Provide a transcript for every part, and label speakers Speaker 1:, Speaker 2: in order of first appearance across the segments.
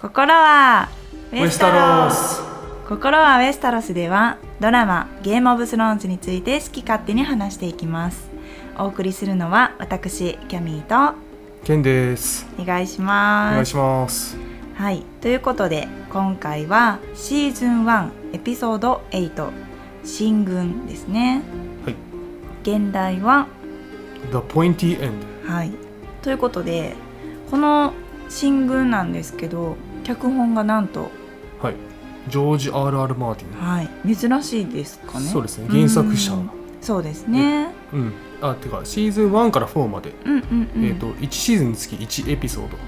Speaker 1: 心はウ
Speaker 2: ウェスタロス
Speaker 1: 心はウェスタロスではドラマ「ゲームオブスローンズ」について好き勝手に話していきますお送りするのは私キャミーと
Speaker 2: ケンです
Speaker 1: お願いし
Speaker 2: お願
Speaker 1: ま
Speaker 2: い
Speaker 1: す
Speaker 2: します
Speaker 1: はいということで今回はシーズン1エピソード8進軍ですね
Speaker 2: はい
Speaker 1: 現代は
Speaker 2: The Pointy End
Speaker 1: はいということでこの進軍なんですけど脚本がなんと
Speaker 2: はいジョージ・ R.R. マーティン、
Speaker 1: はい珍しいですかね
Speaker 2: そうですね原作者
Speaker 1: うんそうですね
Speaker 2: うんあてかシーズン1から4まで、
Speaker 1: うんうんうん
Speaker 2: えっと1シーズンにつき1エピソード
Speaker 1: へ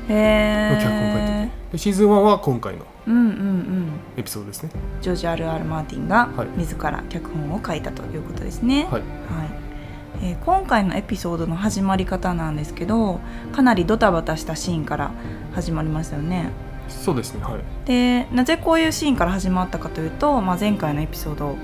Speaker 1: え
Speaker 2: の脚本書いてでシーズン1は今回の
Speaker 1: うんうんうん
Speaker 2: エピソードですね
Speaker 1: ジョージ・ R.R. マーティンが
Speaker 2: はい
Speaker 1: 自ら脚本を書いたということですね、
Speaker 2: は
Speaker 1: は
Speaker 2: い
Speaker 1: いえー今回のエピソードの始まり方なんですけどかなりドタバタしたシーンから始まりましたよね
Speaker 2: そうですねはい
Speaker 1: でなぜこういうシーンから始まったかというと、まあ、前回のエピソードを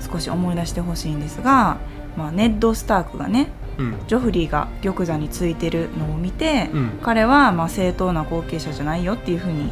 Speaker 1: 少し思い出してほしいんですが、まあ、ネッド・スタークがね
Speaker 2: うん
Speaker 1: ジョフリーが玉座についてるのを見て、
Speaker 2: うん
Speaker 1: 彼はまあ正当な後継者じゃないよっていうふうに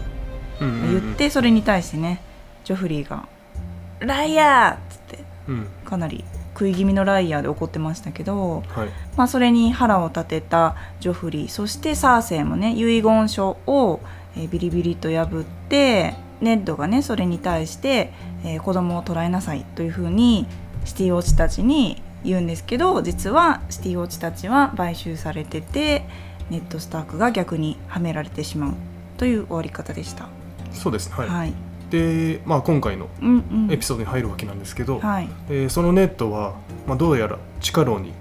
Speaker 2: うんうんう
Speaker 1: 言
Speaker 2: ん
Speaker 1: ってそれに対してねジョフリーが「ライアー!」っつって
Speaker 2: うん
Speaker 1: かなり食い気味のライアーで怒ってましたけど、
Speaker 2: はい
Speaker 1: まあ、それに腹を立てたジョフリーそしてサーセイもね遺言書をえービリビリと破ってネッドがねそれに対して、えー子供を捕らえなさいというふうにシティウォッチたちに言うんですけど実はシティウォッチたちは買収されててネットスタークが逆にはめられてしまうという終わり方でした。
Speaker 2: そうですねはい、
Speaker 1: はい、
Speaker 2: でまあ今回の
Speaker 1: うんうん
Speaker 2: エピソードに入るわけなんですけど、
Speaker 1: はい。
Speaker 2: えーそのネットは、まあ、どうやら地下牢に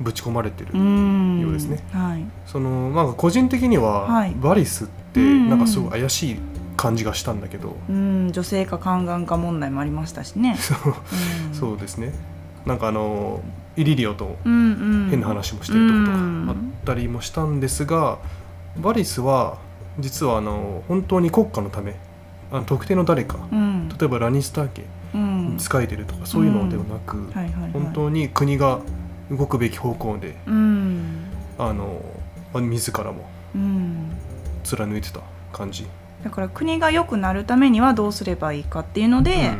Speaker 2: ぶち込まれてる、
Speaker 1: ん
Speaker 2: ようですね。
Speaker 1: はい。
Speaker 2: そのまあ個人的には、
Speaker 1: はい
Speaker 2: バリスって
Speaker 1: うんうん
Speaker 2: なんかすごい怪しい感じがしたんだけど、
Speaker 1: うん、女性化宦官化問題もありましたしね。
Speaker 2: そう
Speaker 1: うん、
Speaker 2: そうですねなんかあのイリリオと
Speaker 1: うんうん。
Speaker 2: 変な話もしてるとこと
Speaker 1: う
Speaker 2: か
Speaker 1: ん
Speaker 2: あったりもしたんですが、バリスは実はあの本当に国家のためあの特定の誰か
Speaker 1: うん。
Speaker 2: 例えばラニスター家
Speaker 1: うん
Speaker 2: に。仕えてるとか、そういうのではなく、
Speaker 1: はいはいはい。
Speaker 2: 本当に国が動くべき方向で
Speaker 1: うん。
Speaker 2: あの自らも
Speaker 1: うん。
Speaker 2: 貫いてた感じ
Speaker 1: だから国が良くなるためにはどうすればいいかっていうので、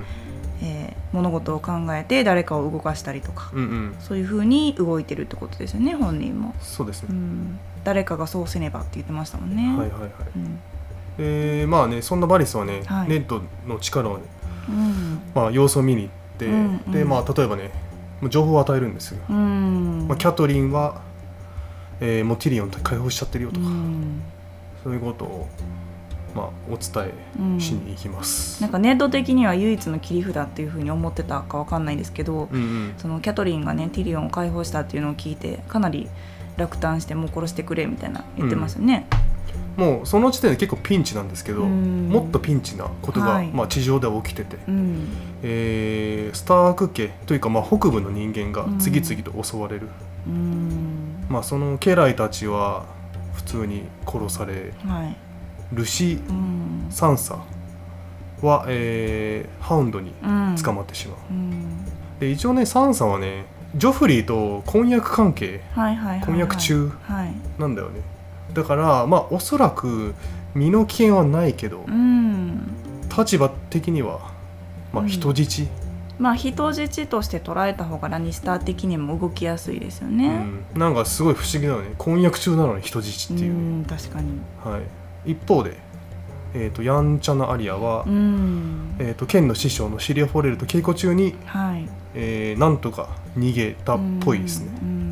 Speaker 1: えー物事を考えて誰かを動かしたりとか、
Speaker 2: うん、うんうん
Speaker 1: そういうふうに動いてるってことですよね本人も、
Speaker 2: そうですね
Speaker 1: う、ん、誰かがそうせねばって言ってましたもんね。
Speaker 2: はいはいはい
Speaker 1: うん
Speaker 2: えーまあねそんなバリスはね、
Speaker 1: はい
Speaker 2: ネットの力をね、
Speaker 1: うん
Speaker 2: まあ、様子を見に行って、
Speaker 1: うんうん
Speaker 2: でまあ例えばねもう情報を与えるんですよ、
Speaker 1: うん
Speaker 2: まあ、キャトリンは、えーもうティリオンと解放しちゃってるよとか、
Speaker 1: うん
Speaker 2: そういうことを、まあ、お伝
Speaker 1: うん
Speaker 2: えしに行きます、
Speaker 1: なんかネット的には唯一の切り札っていうふうに思ってたかわかんないですけど、
Speaker 2: うんうん
Speaker 1: そのキャトリンがねティリオンを解放したっていうのを聞いてかなり落胆してもう殺してくれみたいな言ってましたね。
Speaker 2: もうその時点で結構ピンチなんですけど、
Speaker 1: うん
Speaker 2: もっとピンチなことが、
Speaker 1: はい
Speaker 2: まあ、地上では起きてて、
Speaker 1: うん
Speaker 2: えースターク家というか、まあ、北部の人間が
Speaker 1: うん
Speaker 2: 次々と襲われる、
Speaker 1: うん
Speaker 2: まあ、その家来たちは普通に殺され
Speaker 1: はい
Speaker 2: るし
Speaker 1: うん
Speaker 2: サンサは、えーハウンドに
Speaker 1: うん
Speaker 2: 捕まってしまう、
Speaker 1: うん
Speaker 2: で一応ねサンサはねジョフリーと婚約関係
Speaker 1: はいはいはいはい
Speaker 2: 婚約中
Speaker 1: はい
Speaker 2: なんだよねだからまあおそらく身の危険はないけど
Speaker 1: うん
Speaker 2: 立場的には、ま
Speaker 1: う
Speaker 2: あ、
Speaker 1: ん
Speaker 2: 人質、
Speaker 1: まあ人質として捉えた方がラニスター的にも動きやすいですよ
Speaker 2: う
Speaker 1: ね。
Speaker 2: んなんかすごい不思議だよね婚約中なのに人質
Speaker 1: う
Speaker 2: っていうね、
Speaker 1: ん確かに。
Speaker 2: はい、一方で、えー、とやんちゃなアリアは、
Speaker 1: うん
Speaker 2: えー、と剣の師匠のシリア・フォレルと稽古中に、
Speaker 1: はい。
Speaker 2: えーなんとか逃げたっぽいですね。
Speaker 1: うんうん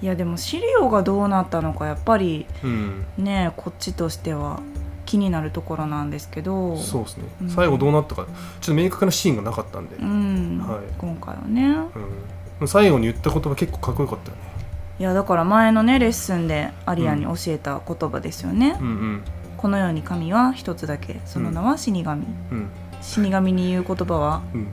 Speaker 1: いやでも資料がどうなったのかやっぱり
Speaker 2: うん、
Speaker 1: ねこっちとしては気になるところなんですけど
Speaker 2: そうですね、
Speaker 1: うん
Speaker 2: 最後どうなったかちょっと明確なシーンがなかったんで、
Speaker 1: う
Speaker 2: うんはい
Speaker 1: 今回はね
Speaker 2: 最後に言った言葉結構かっこよかったよね。
Speaker 1: いやだから前のねレッスンでアリアに教えた言葉ですよね、
Speaker 2: うんうん
Speaker 1: この世に神は一つだけその名は死神、
Speaker 2: うん
Speaker 1: 死神に言う言葉は
Speaker 2: うん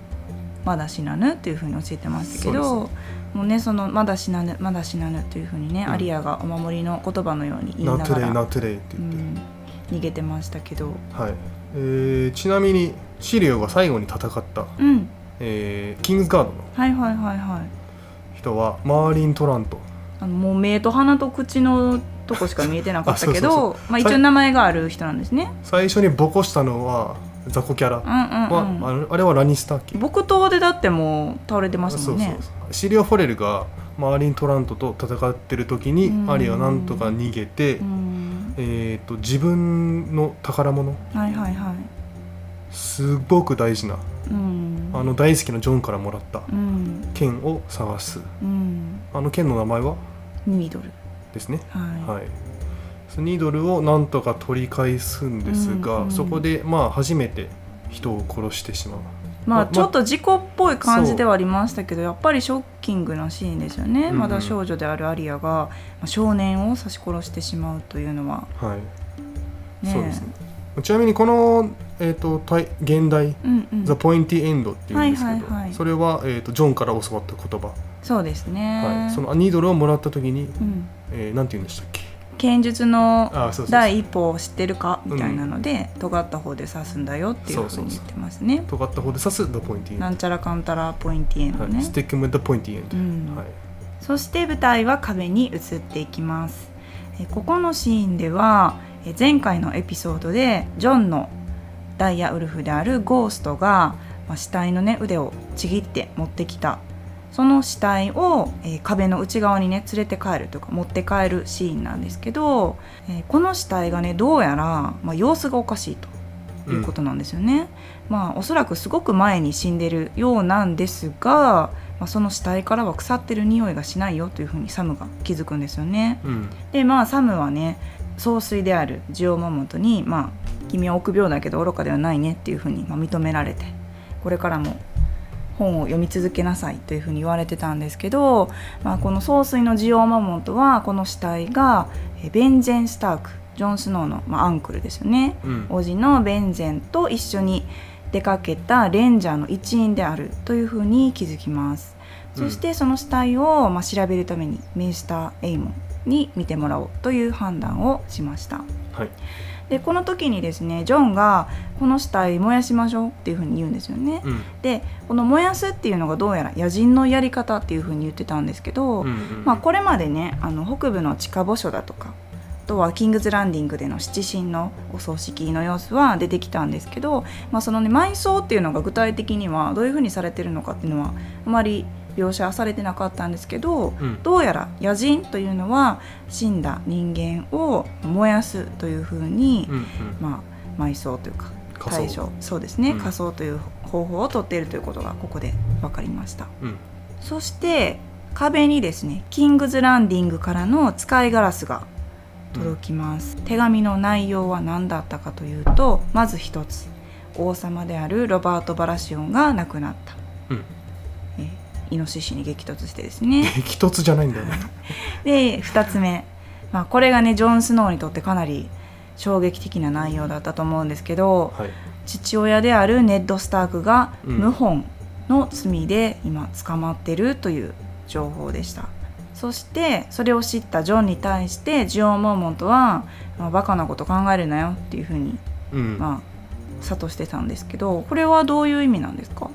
Speaker 1: まだ死なぬっていうふうに教えてましたけ
Speaker 2: そ
Speaker 1: どもうねそのまだ死なぬまだ死なぬというふうにね、
Speaker 2: うん
Speaker 1: アリアがお守りの言葉のように言い
Speaker 2: ナ
Speaker 1: な
Speaker 2: ト
Speaker 1: が
Speaker 2: レイ
Speaker 1: ら
Speaker 2: ナトレイって
Speaker 1: う
Speaker 2: 言って、
Speaker 1: ん、逃げてましたけど
Speaker 2: はいえーちなみにシリオが最後に戦った、
Speaker 1: うん
Speaker 2: えーキングズガードの
Speaker 1: はいはいはいはい
Speaker 2: 人はマーリン・トラント
Speaker 1: あのもう目と鼻と口のとこしか見えてなかったけ
Speaker 2: あそう
Speaker 1: どまあ一応名前がある人なんですね。
Speaker 2: 最初にボコしたのは雑魚キャラ
Speaker 1: う
Speaker 2: は、
Speaker 1: んうんうん。
Speaker 2: あのあれはラニスター家
Speaker 1: 木刀でだってもう倒れてま
Speaker 2: そ
Speaker 1: し
Speaker 2: う
Speaker 1: たも
Speaker 2: そうん
Speaker 1: ね。
Speaker 2: そうシリオ・フォレルが、まあ、アーリン・トラントと戦ってる時に
Speaker 1: うん
Speaker 2: アリはなんとか逃げて、
Speaker 1: うん
Speaker 2: えー、と自分の宝物
Speaker 1: はいはいは。
Speaker 2: すごく大事ない
Speaker 1: うん。
Speaker 2: あの大好きなジョンからもらった
Speaker 1: うん
Speaker 2: 剣を探す
Speaker 1: うん。
Speaker 2: あの剣の名前は
Speaker 1: ニードル。
Speaker 2: ですね
Speaker 1: は
Speaker 2: はいスニードルをなんとか取り返すんですが、
Speaker 1: うんうん
Speaker 2: そこでまあ初めて人を殺してしまう
Speaker 1: い。まあ
Speaker 2: ま
Speaker 1: ちょっと事故っぽい感じではありましたけど、やっぱりショッキングなシーンですよね。
Speaker 2: うん
Speaker 1: まだ少女であるアリアがまあ少年を刺し殺してしまうというのは
Speaker 2: はい、
Speaker 1: ね。
Speaker 2: そうですねちなみにこの、えー、と対現代
Speaker 1: うんう
Speaker 2: 「
Speaker 1: ん。
Speaker 2: ザ・ポインティ・エンド」っていうんですけど、
Speaker 1: はいはいはい
Speaker 2: それは、えー、とジョンから教わった言葉、
Speaker 1: そうですね。
Speaker 2: はい、そのニードルをもらった時に、
Speaker 1: うん。
Speaker 2: えーなんて言うんでしたっけ
Speaker 1: 剣術の
Speaker 2: あそうそうそう
Speaker 1: 第一歩を知ってるかみたいなので、尖った方で刺すんだよっていうふ
Speaker 2: そ
Speaker 1: う
Speaker 2: うそう
Speaker 1: に
Speaker 2: そう
Speaker 1: 言ってますね。
Speaker 2: 尖った方で刺す「ザ・ポインティ・エンド
Speaker 1: なんちゃらかんたらポインティエン」ド
Speaker 2: はい
Speaker 1: ね、
Speaker 2: スティック・ム・ザ・ポインティ・エン
Speaker 1: う
Speaker 2: ド」
Speaker 1: ん
Speaker 2: はい
Speaker 1: そして舞台は壁に移っていきますえここのシーンではえ前回のエピソードでジョンのダイヤウルフであるゴーストが、まあ、死体の、ね、腕をちぎって持ってきたその死体を、えー壁の内側にね連れて帰るというか持って帰るシーンなんですけど、えーこの死体がねどうやら、まあ、様子がおかしいということなんですよね。まあおそらくすごく前に死んでるようなんですが、まあ、その死体からは腐ってる匂いがしないよというふうにサムが気づくんですよね。
Speaker 2: うん
Speaker 1: でまあサムはね総帥であるジオマモトに、まあ、君は臆病だけど愚かではないねっていうふうに、まあ、認められてこれからも本を読み続けなさいというふうに言われてたんですけど、まあ、この総帥のジオマモトはこの死体がえベンジェン・スタークジョン・スノーの、まあ、アンクルですよね
Speaker 2: うん
Speaker 1: 叔父のベンゼンと一緒に出かけたレンジャーの一員であるというふうに気づきますそしてその死体を、まあ、調べるためにメイスター・エイモンに見てもらおうという判断をしました
Speaker 2: はい
Speaker 1: でこの時にですねジョンがこの死体燃やしましょうっていうふうに言うんですよね、
Speaker 2: うん
Speaker 1: でこの燃やすっていうのがどうやら野人のやり方っていうふうに言ってたんですけど、
Speaker 2: うんうん
Speaker 1: まあ、これまでねあの北部の地下墓所だとかあとはキングズランディングでの七神のお葬式の様子は出てきたんですけど、まあ、そのね埋葬っていうのが具体的にはどういうふうにされてるのかっていうのはあまり描写されてなかったんですけど、
Speaker 2: うん
Speaker 1: どうやら野人というのは死んだ人間を燃やすというふうに、
Speaker 2: うんうん
Speaker 1: まあ、埋葬というか
Speaker 2: 仮想
Speaker 1: 対処そうですね、
Speaker 2: うん
Speaker 1: 仮葬という方法をとっているということがここで分かりました。
Speaker 2: うん
Speaker 1: そして壁にですねキングズランディングからの使いガラスが届きます、手紙の内容は何だったかというとまず一つ王様であるロバート・バラシオンが亡くなった
Speaker 2: うん
Speaker 1: えイノシシに激突してですね
Speaker 2: 激突じゃないんだよね
Speaker 1: で2つ目、まあ、これがねジョン・スノーにとってかなり衝撃的な内容だったと思うんですけど
Speaker 2: はい
Speaker 1: 父親であるネッド・スタークが
Speaker 2: うん
Speaker 1: 謀反の罪で今捕まってるという情報でした、そしてそれを知ったジョンに対してジオン・モーモントは、まあ、バカなこと考えるなよっていうふうに、
Speaker 2: うん
Speaker 1: まあ、諭してたんですけどこれはどういう意味なんですか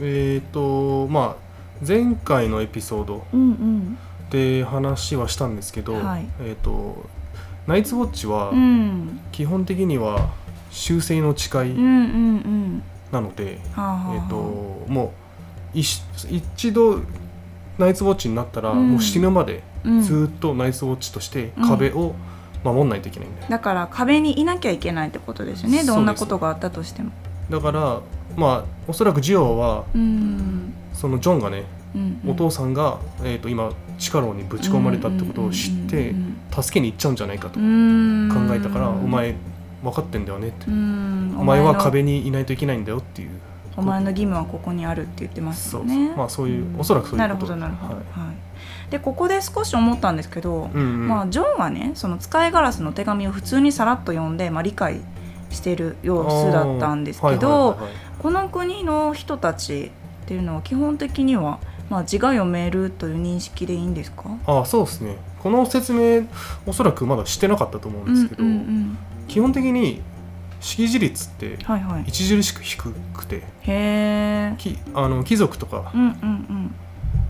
Speaker 2: えっ、とまあ前回のエピソード
Speaker 1: うんうん
Speaker 2: で話はしたんですけど、
Speaker 1: はい
Speaker 2: えっ、とナイツウォッチは
Speaker 1: うん
Speaker 2: 基本的には修正の誓
Speaker 1: うんう
Speaker 2: い
Speaker 1: んうん
Speaker 2: なので、
Speaker 1: はあはあ
Speaker 2: えっ、ともう一一度ナイツウォッチになったら、
Speaker 1: うん
Speaker 2: もう死ぬまで
Speaker 1: うん
Speaker 2: ずーっとナイツウォッチとして壁を守んないといけないんだよ、
Speaker 1: だから壁にいなきゃいけないってことですよねどんなことがあったとしても
Speaker 2: だからまあおそらくジオは
Speaker 1: うん
Speaker 2: そのジョンがね、
Speaker 1: うん
Speaker 2: お父さんが、えー、と今地下牢にぶち込まれたってことを知って、
Speaker 1: うんうんうんうん
Speaker 2: 助けに行っちゃうんじゃないかと
Speaker 1: 考
Speaker 2: 考えたから、お前分かってんだよねって、
Speaker 1: うん
Speaker 2: お前は
Speaker 1: の
Speaker 2: 壁にいないといけないんだよっていう
Speaker 1: お前の義務はここにあるって言ってます
Speaker 2: そ
Speaker 1: よ
Speaker 2: う
Speaker 1: ね
Speaker 2: まあそういう、
Speaker 1: ん
Speaker 2: おそらくそうい
Speaker 1: な
Speaker 2: う
Speaker 1: る
Speaker 2: こ
Speaker 1: ほ
Speaker 2: と
Speaker 1: どなるほど、
Speaker 2: は
Speaker 1: はい
Speaker 2: い
Speaker 1: でここで少し思ったんですけど、
Speaker 2: うんうん
Speaker 1: まあ、ジョンはねその使いガラスの手紙を普通にさらっと読んで、まあ、理解してる様子だったんですけ
Speaker 2: あ
Speaker 1: ど
Speaker 2: ーはいはいはいはい
Speaker 1: この国の人たちっていうのは基本的には、まあ、字が読めるという認識でいいんですか
Speaker 2: あーそうですねこの説明おそらくまだしてなかったと思うんですけど、
Speaker 1: うんうんうん、
Speaker 2: 基本的に識字率って
Speaker 1: はいはい
Speaker 2: 著しく低くて
Speaker 1: へえ
Speaker 2: きあの貴族とか
Speaker 1: うんうん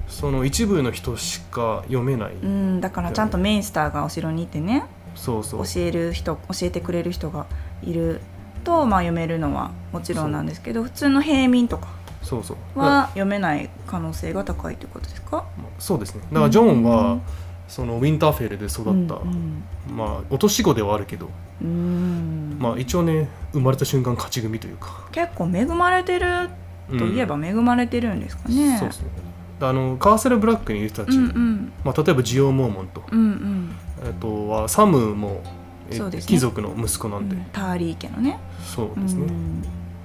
Speaker 2: その一部の人しか読めない、
Speaker 1: うん、だからちゃんとメイスターがお城にいてね
Speaker 2: そうそう
Speaker 1: 教える人教えてくれる人がいると、まあ、読めるのはもちろんなんですけど普通の平民とか
Speaker 2: そうそう
Speaker 1: は読めない可能性が高いということですか
Speaker 2: だそうですねだからジョンは、
Speaker 1: うん
Speaker 2: そのウィンターフェルで育った、
Speaker 1: うん
Speaker 2: まあ落とし子ではあるけど、
Speaker 1: うんうん
Speaker 2: まあ、一応ね生まれた瞬間勝ち組というか、
Speaker 1: 結構恵まれてる
Speaker 2: うん
Speaker 1: といえば恵まれてるんですかね。
Speaker 2: そうですねあのカーセルブラックにいる人たち、
Speaker 1: うんうん
Speaker 2: まあ、例えばジオ・モーモンと,、
Speaker 1: うんうん
Speaker 2: えっとはサムも、え
Speaker 1: そうですね
Speaker 2: 貴族の息子なんで、
Speaker 1: ターリー家のね。
Speaker 2: そうですね、
Speaker 1: うん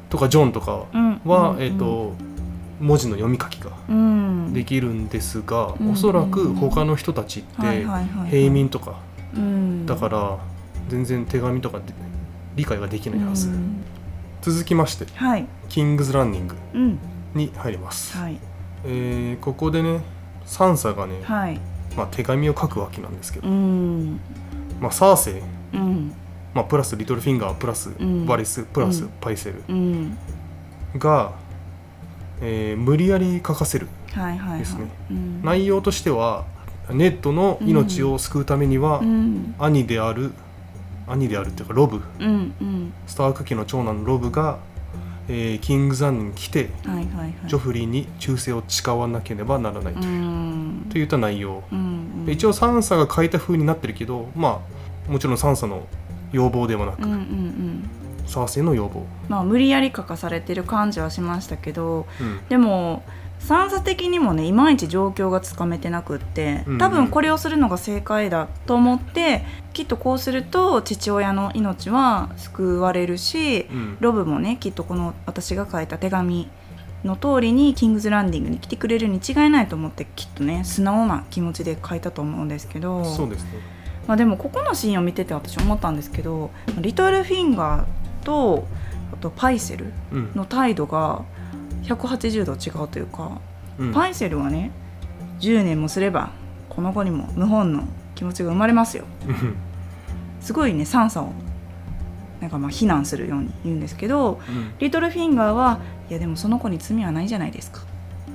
Speaker 2: とかジョンとか
Speaker 1: うん
Speaker 2: は、
Speaker 1: うん
Speaker 2: えっと文字の読み書きが
Speaker 1: うん
Speaker 2: できるんですが、
Speaker 1: うん
Speaker 2: おそらく他の人たちっ
Speaker 1: はい
Speaker 2: て
Speaker 1: はいはいはい
Speaker 2: 平民とか、
Speaker 1: うん
Speaker 2: だから全然手紙とかで理解ができないはず、
Speaker 1: うん
Speaker 2: 続きまして
Speaker 1: はい、
Speaker 2: キングズランニング
Speaker 1: うん、
Speaker 2: に入ります、
Speaker 1: はい
Speaker 2: えーここでねサンサがね、
Speaker 1: はい
Speaker 2: まあ、手紙を書くわけなんですけど、
Speaker 1: うん
Speaker 2: まあ、サーセイ、
Speaker 1: うん
Speaker 2: まあ、プラスリトルフィンガープラス
Speaker 1: ん
Speaker 2: バリスプラス
Speaker 1: うん
Speaker 2: パイセル
Speaker 1: うん
Speaker 2: が、えー無理やり書かせる
Speaker 1: はいはいはい
Speaker 2: ですね
Speaker 1: うん
Speaker 2: 内容としてはネットの命を救うためには、
Speaker 1: うん
Speaker 2: 兄である兄であるっていうかロブ
Speaker 1: うんうん
Speaker 2: スターク家の長男のロブが、えーキングザンに来て
Speaker 1: はいはいはい
Speaker 2: ジョフリーに忠誠を誓わなければならないと,、
Speaker 1: うん
Speaker 2: いった内容、
Speaker 1: うん
Speaker 2: で一
Speaker 1: 応
Speaker 2: 応サンサが書いた風になってるけどまあもちろんサンサの要望ではなく、
Speaker 1: うんうんうん
Speaker 2: サーセイの要望、
Speaker 1: まあ無理やり書かされてる感じはしましたけど
Speaker 2: うん
Speaker 1: でも散査的にもねいまいち状況がつかめてなくって
Speaker 2: うん
Speaker 1: 多分これをするのが正解だと思ってきっとこうすると父親の命は救われるし
Speaker 2: うん
Speaker 1: ロブもねきっとこの私が書いた手紙の通りにキングズランディングに来てくれるに違いないと思ってきっとね素直な気持ちで書いたと思うんですけど
Speaker 2: そうですね
Speaker 1: まあ、でもここのシーンを見てて私思ったんですけどリトルフィンガーとあとパイセル
Speaker 2: うん
Speaker 1: の態度が180度違うというか、
Speaker 2: うん
Speaker 1: パイセルはね10年もすればこの子にも無本の気持ちが生まれますよ
Speaker 2: うん
Speaker 1: すごいねサンサをなんかまあ非難するように言うんですけど
Speaker 2: うん
Speaker 1: リトルフィンガーはいやでもその子に罪はないじゃないですかっ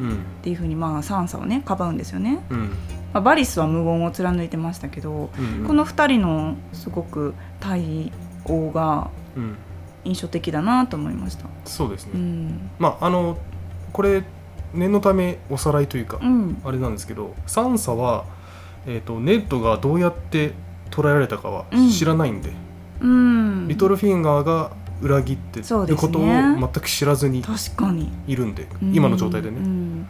Speaker 2: うん
Speaker 1: ていうふうにまあサンサをねかばうんですよね、
Speaker 2: うん
Speaker 1: まあ、バリスは無言を貫いてましたけど
Speaker 2: うん
Speaker 1: この2人のすごく対応が
Speaker 2: うん
Speaker 1: 印象的だなと思いました
Speaker 2: そうですね、
Speaker 1: うん
Speaker 2: まああのこれ念のためおさらいというか、
Speaker 1: うん
Speaker 2: あれなんですけどサンサは、えー、とネットがどうやって捕らえられたかは
Speaker 1: うん
Speaker 2: 知らないんで、
Speaker 1: うん
Speaker 2: リトルフィンガーが裏切って
Speaker 1: そうですね
Speaker 2: ることを全く知らずに
Speaker 1: 確かに
Speaker 2: いるんで、
Speaker 1: うん
Speaker 2: 今の状態で
Speaker 1: う
Speaker 2: ね。
Speaker 1: ん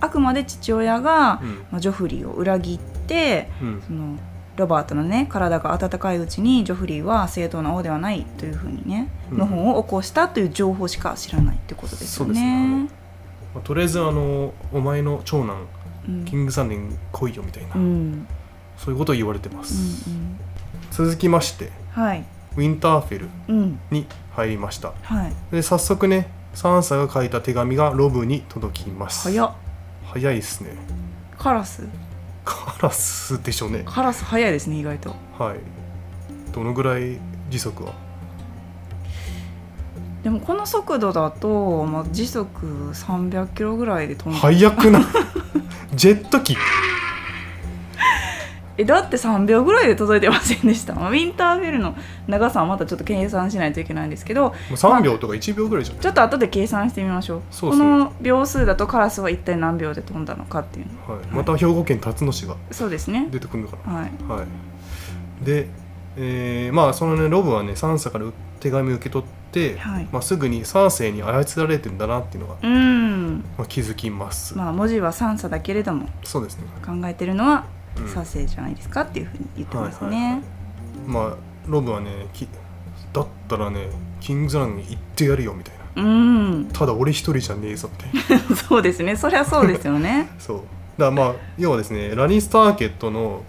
Speaker 1: あくまで父親が
Speaker 2: う、ん
Speaker 1: まあ、ジョフリーを裏切って
Speaker 2: うん
Speaker 1: そのロバートのね体が温かいうちにジョフリーは正当な王ではないというふうにね
Speaker 2: うん
Speaker 1: 謀反を起こしたという情報しか知らないってことですよね。
Speaker 2: まあとりあえずあのお前の長男
Speaker 1: うん
Speaker 2: キング三年来いよみたいな、
Speaker 1: うんうん
Speaker 2: そういうことを言われてま
Speaker 1: う
Speaker 2: す、
Speaker 1: ん
Speaker 2: 続きまして
Speaker 1: はい
Speaker 2: ウィンターフェル
Speaker 1: うん
Speaker 2: に入りました
Speaker 1: はい
Speaker 2: で早速ねサンサが書いた手紙がロブに届きます
Speaker 1: 早っ
Speaker 2: 早いですね
Speaker 1: カラス
Speaker 2: カラスでしょうね
Speaker 1: カラス早いですね意外と
Speaker 2: はいどのぐらい時速は
Speaker 1: でもこの速度だと、まあ、時速300キロぐらいで飛んで
Speaker 2: 速く ないジェット機
Speaker 1: えだって3秒ぐらいで届いてませんでしたまあウィンターフェルの長さはまたちょっと計算しないといけないんですけど
Speaker 2: 3秒とか1秒ぐらいじゃ
Speaker 1: ちょっと後で計算してみましょう
Speaker 2: そう
Speaker 1: こ
Speaker 2: そう
Speaker 1: の秒数だとカラスは一体何秒で飛んだのかっていうの
Speaker 2: ない、はい、また兵庫県辰野市が
Speaker 1: そうですね
Speaker 2: 出てくるのか
Speaker 1: はい
Speaker 2: なはいで、えーまあそのねロブはねサンサから手紙を受け取って、
Speaker 1: はい
Speaker 2: まあ、すぐにサーセイに操られてんだなっていうのが、
Speaker 1: うん
Speaker 2: まあ、気づきます、
Speaker 1: まあ文字は3差だけれども
Speaker 2: そうですね、
Speaker 1: 考えてるのは
Speaker 2: うん
Speaker 1: サセじゃないですかっていうふうに言ってます
Speaker 2: はいはいは
Speaker 1: ね
Speaker 2: いまあロブはねきだったらねキングズランに行ってやるよみたいな
Speaker 1: うん
Speaker 2: ただ俺一人じゃねえぞみたいな
Speaker 1: そうですねそりゃそうですよ ね
Speaker 2: そうだからまあ要はですねラニスター家との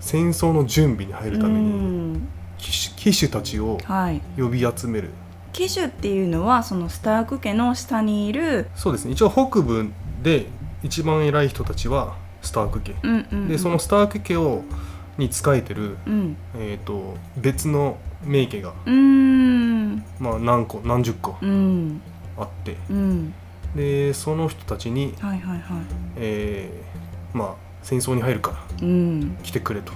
Speaker 2: 戦争の準備に入
Speaker 1: う
Speaker 2: るために
Speaker 1: ん
Speaker 2: 騎手騎手たちを
Speaker 1: はい
Speaker 2: 呼び集める
Speaker 1: 騎手っていうのはそのスターク家の下にいる、
Speaker 2: そうですね一応北部で一番偉い人たちはスターク家
Speaker 1: うんうんうん
Speaker 2: でそのスターク家をに仕えてる、
Speaker 1: うん
Speaker 2: えー、と別の名家が、
Speaker 1: うーん
Speaker 2: まあ、何個何十個
Speaker 1: うん
Speaker 2: あって
Speaker 1: うん
Speaker 2: でその人たちに、
Speaker 1: はいはいは
Speaker 2: えーまあ、戦争に入るから
Speaker 1: いうん
Speaker 2: 来てくれと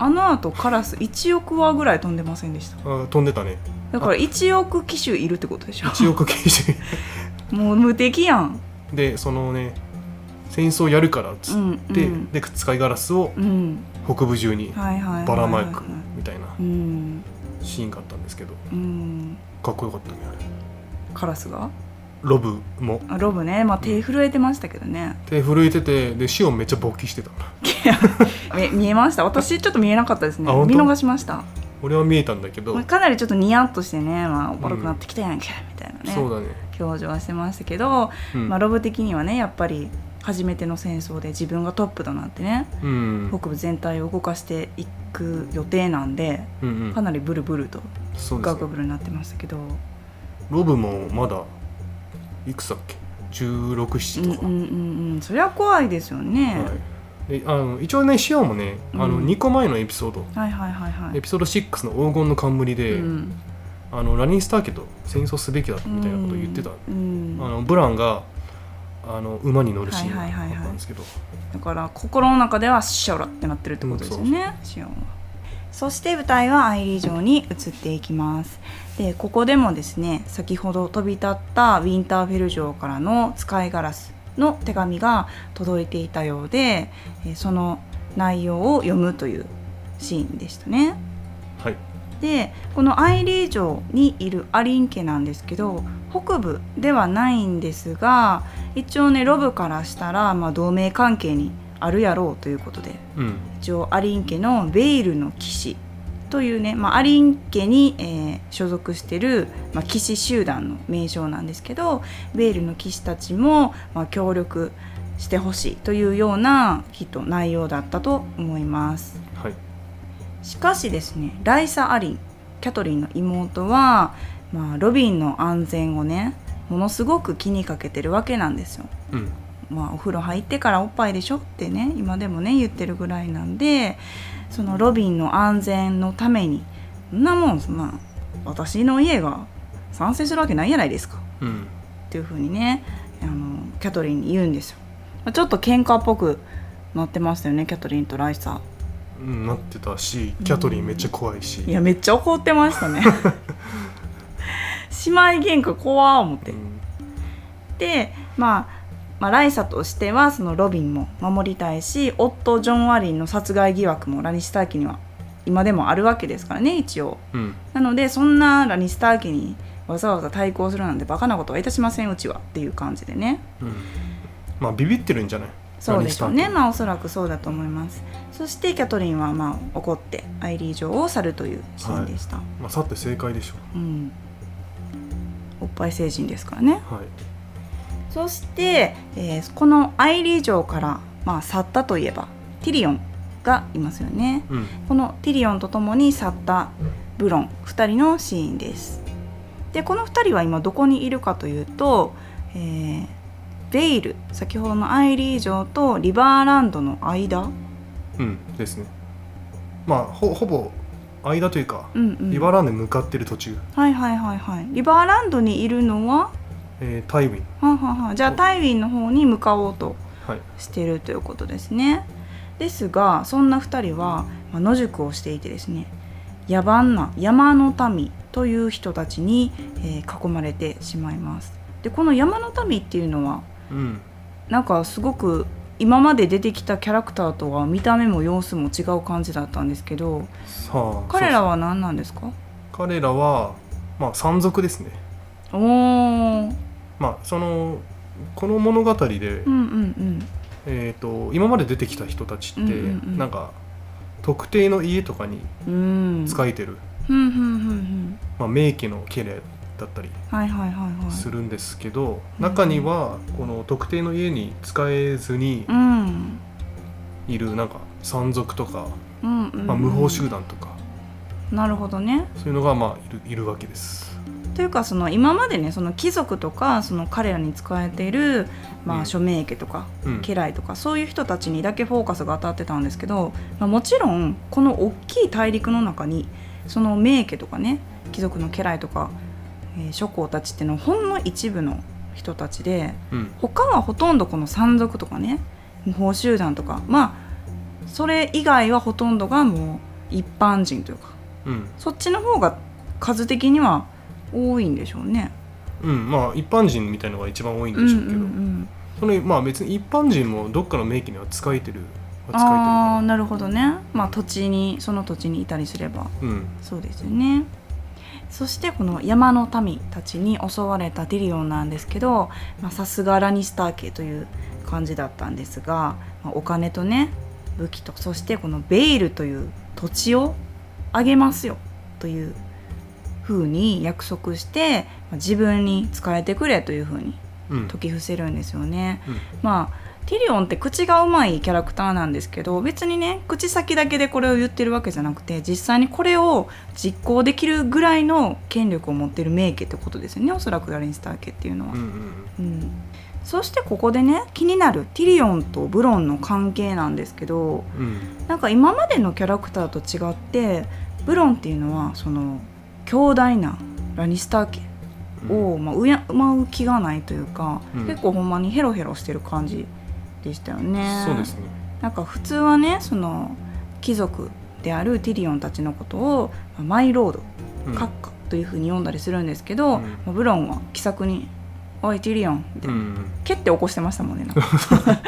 Speaker 1: あのあとカラス1億羽ぐらい飛んでませんでした
Speaker 2: あー飛んでたね
Speaker 1: だから1億機種いるってことでしょ
Speaker 2: 1億刑 事
Speaker 1: もう無敵やん
Speaker 2: でそのね戦争やるからっつ
Speaker 1: う
Speaker 2: っ
Speaker 1: ん
Speaker 2: て、
Speaker 1: うん
Speaker 2: で使いガラスを
Speaker 1: うん
Speaker 2: 北部中に
Speaker 1: はいはいはいはい
Speaker 2: ばらまくみたいな
Speaker 1: うん
Speaker 2: シーンがあったんですけど
Speaker 1: うん
Speaker 2: かっこよかったねあれ
Speaker 1: カラスが
Speaker 2: ロブも
Speaker 1: あロブねまあ手震えてましたけどね
Speaker 2: 手震えててでシオンめっちゃ勃起してた
Speaker 1: え見えました私ちょっと見えなかったですね
Speaker 2: あ本
Speaker 1: 見
Speaker 2: 当
Speaker 1: 逃しました
Speaker 2: 俺は見えたんだけど、
Speaker 1: まあかなりちょっとニヤッとしてね、まあ、おぼろくなってきたやんけ、みたいなね
Speaker 2: そうだね、
Speaker 1: 表情はしてましたけど、
Speaker 2: うん
Speaker 1: まあ、ロブ的にはねやっぱり初めての戦争で自分がトップとなってね
Speaker 2: うん
Speaker 1: 北部全体を動かしていく予定なんで
Speaker 2: うんうん
Speaker 1: かなりブルブルと
Speaker 2: そうで
Speaker 1: ガ
Speaker 2: す
Speaker 1: ク
Speaker 2: ね
Speaker 1: ブルになってましたけど、
Speaker 2: ロブもまだいくつだっけ
Speaker 1: うん
Speaker 2: 1617と
Speaker 1: う
Speaker 2: か、
Speaker 1: んうんうんそりゃ怖いですよね、
Speaker 2: はい、であの一応ねシオンもねあの
Speaker 1: うん
Speaker 2: 2個前のエピソード、
Speaker 1: はい、はいはいはい
Speaker 2: エピソード6の黄金の冠で、
Speaker 1: うん
Speaker 2: あのラニスター家と戦争すべきだみたいなことを言ってた、
Speaker 1: うん
Speaker 2: あのブランがあの馬に乗るシーンが
Speaker 1: はいはいはいはい
Speaker 2: あったんですけど、
Speaker 1: だから心の中では「シャオラ」ってなってるってことですよね、シオンは。そして舞台はアイリー城に移っていきますでここでもですね先ほど飛び立ったウィンターフェル城からの使いガラスの手紙が届いていたようでえーその内容を読むというシーンでしたね。
Speaker 2: はい
Speaker 1: でこのアイリー城にいるアリン家なんですけど北部ではないんですが一応ねロブからしたら、まあ、同盟関係にあるやろうということで
Speaker 2: うん
Speaker 1: 一応アリン家のベイルの騎士というね、まあ、アリン家に、えー所属してる、まあ、騎士集団の名称なんですけどベイルの騎士たちも、まあ、協力してほしいというようなきっと内容だったと思います。
Speaker 2: はい
Speaker 1: しかしですねライサ・アリンキャトリンの妹は、まあ、ロビンの安全をねものすごく気にかけてるわけなんですよ。
Speaker 2: うん
Speaker 1: まあ、お風呂入ってからおっぱいでしょってね今でもね言ってるぐらいなんでそのロビンの安全のためにそんなもんそんな私の家が賛成するわけないじゃないですか
Speaker 2: うん
Speaker 1: っていう風にねあのキャトリンに言うんですよ。まあちょっと喧嘩っぽくなってましたよねキャトリンとライサ
Speaker 2: うんなってたしキャトリンめっちゃ怖いし、
Speaker 1: いやめっちゃ怒ってました ね姉妹喧嘩怖ー思って
Speaker 2: うん
Speaker 1: で、まあ、まあライサとしてはそのロビンも守りたいし夫ジョン・アリンの殺害疑惑もラニスター家には今でもあるわけですからね一応
Speaker 2: うん
Speaker 1: なのでそんなラニスター家にわざわざ対抗するなんてバカなことはいたしませんうちはっていう感じでね
Speaker 2: うんまあビビってるんじゃない
Speaker 1: そうでしょう
Speaker 2: ラ
Speaker 1: ね
Speaker 2: ニス
Speaker 1: まあおそらくそうだと思いますそしてキャトリンはまあ怒ってアイリー城を去るというシーンでした、
Speaker 2: ター家まあさて正解でしょ
Speaker 1: うん、おっぱい成人ですからね
Speaker 2: うはい
Speaker 1: そして、えーこのアイリー城から、まあ、去ったといえばティリオンがいますよね
Speaker 2: うん
Speaker 1: このティリオンと共に去ったブロン2人のシーンですでこの2人は今どこにいるかというと、えーベイル先ほどのアイリー城とリバーランドの間、
Speaker 2: うんですねまあほほぼ間というか、
Speaker 1: うんうん、
Speaker 2: リバーランドに向かってる途中、
Speaker 1: はいはいはいはいリバーランドにいるのは
Speaker 2: えータイウィン
Speaker 1: はんはんはんじゃあタイウィンの方に向かおうと
Speaker 2: はい
Speaker 1: してるということですねですがそんな2人はまあ野宿をしていてですね野蛮な山の民という人たちに、えー囲まれてしまいますでこの山の民っていうのは
Speaker 2: うん
Speaker 1: なんかすごく今まで出てきたキャラクターとは見た目も様子も違う感じだったんですけど
Speaker 2: さあ
Speaker 1: 彼
Speaker 2: そう
Speaker 1: らは何なんですか
Speaker 2: そう彼らはまあ山賊ですね
Speaker 1: おー
Speaker 2: まあそのこの物語で
Speaker 1: うんうんうん
Speaker 2: えー、と今まで出てきた人たちって、
Speaker 1: うんうんうん
Speaker 2: なんか特定の家とかに
Speaker 1: うん
Speaker 2: 仕えてる、
Speaker 1: ふんふんふんふん
Speaker 2: まあ、名家の家令だったり
Speaker 1: はいはいはいはい
Speaker 2: するんですけど、中にはこの特定の家に使えずに
Speaker 1: うん
Speaker 2: いるなんか山賊とか、
Speaker 1: うんうん
Speaker 2: まあ、無法集団とか、
Speaker 1: なるほどね
Speaker 2: そういうのがまあいるいるわけです。
Speaker 1: というかその今までねその貴族とかその彼らに使えている、ま
Speaker 2: う
Speaker 1: あ、
Speaker 2: ん
Speaker 1: 署名家とか
Speaker 2: うん
Speaker 1: 家来とかそういう人たちにだけフォーカスが当たってたんですけど、まあ、もちろんこの大きい大陸の中にその名家とかね貴族の家来とか、えー諸侯たちっていうのはほんの一部の人たちで
Speaker 2: うん
Speaker 1: 他はほとんどこの山賊とかね無法集団とかまあそれ以外はほとんどがもう一般人というか
Speaker 2: うん
Speaker 1: そっちの方が数的には多いんでしょうね。
Speaker 2: うんまあ一般人みたいのが一番多いんでしょうけ
Speaker 1: うんう
Speaker 2: ど、
Speaker 1: んうん
Speaker 2: そのまあ別に一般人もどっかの名機には使えてる
Speaker 1: あ
Speaker 2: は
Speaker 1: あなるほどね。まあ土地にその土地にいたりすれば
Speaker 2: 使えてるうん
Speaker 1: そうですよねそしてこの山の民たちに襲われたディリオンなんですけどまあさすがラニスター家という感じだったんですが、まあお金とね武器とそしてこのベイルという土地をあげますよというふうに約束して、まあ自分に使えてくれというふうに
Speaker 2: うん
Speaker 1: 説き伏せるんですよね、
Speaker 2: うん
Speaker 1: まあティリオンって口がうまいキャラクターなんですけど別にね口先だけでこれを言ってるわけじゃなくて実際にこれを実行できるぐらいの権力を持ってる名家ってことですよねおそらくラリンスター家っていうのは
Speaker 2: うんう、ん
Speaker 1: うんそしてここでね気になるティリオンとブロンの関係なんですけど
Speaker 2: うん
Speaker 1: なんか今までのキャラクターと違ってブロンっていうのはその強大なラニスター家
Speaker 2: うん
Speaker 1: を、まあ、敬う気がないというか、
Speaker 2: うん
Speaker 1: 結構ほんまにヘロヘロしてる感じでしたよね。
Speaker 2: そうですね
Speaker 1: なんか普通はねその貴族であるティリオンたちのことをまあマイロード
Speaker 2: うん
Speaker 1: 閣下というふうに読んだりするんですけど、
Speaker 2: うん
Speaker 1: まあブロンは気さくに「おいティリオン」って、
Speaker 2: うん
Speaker 1: 蹴って起こしてましたもんねなんか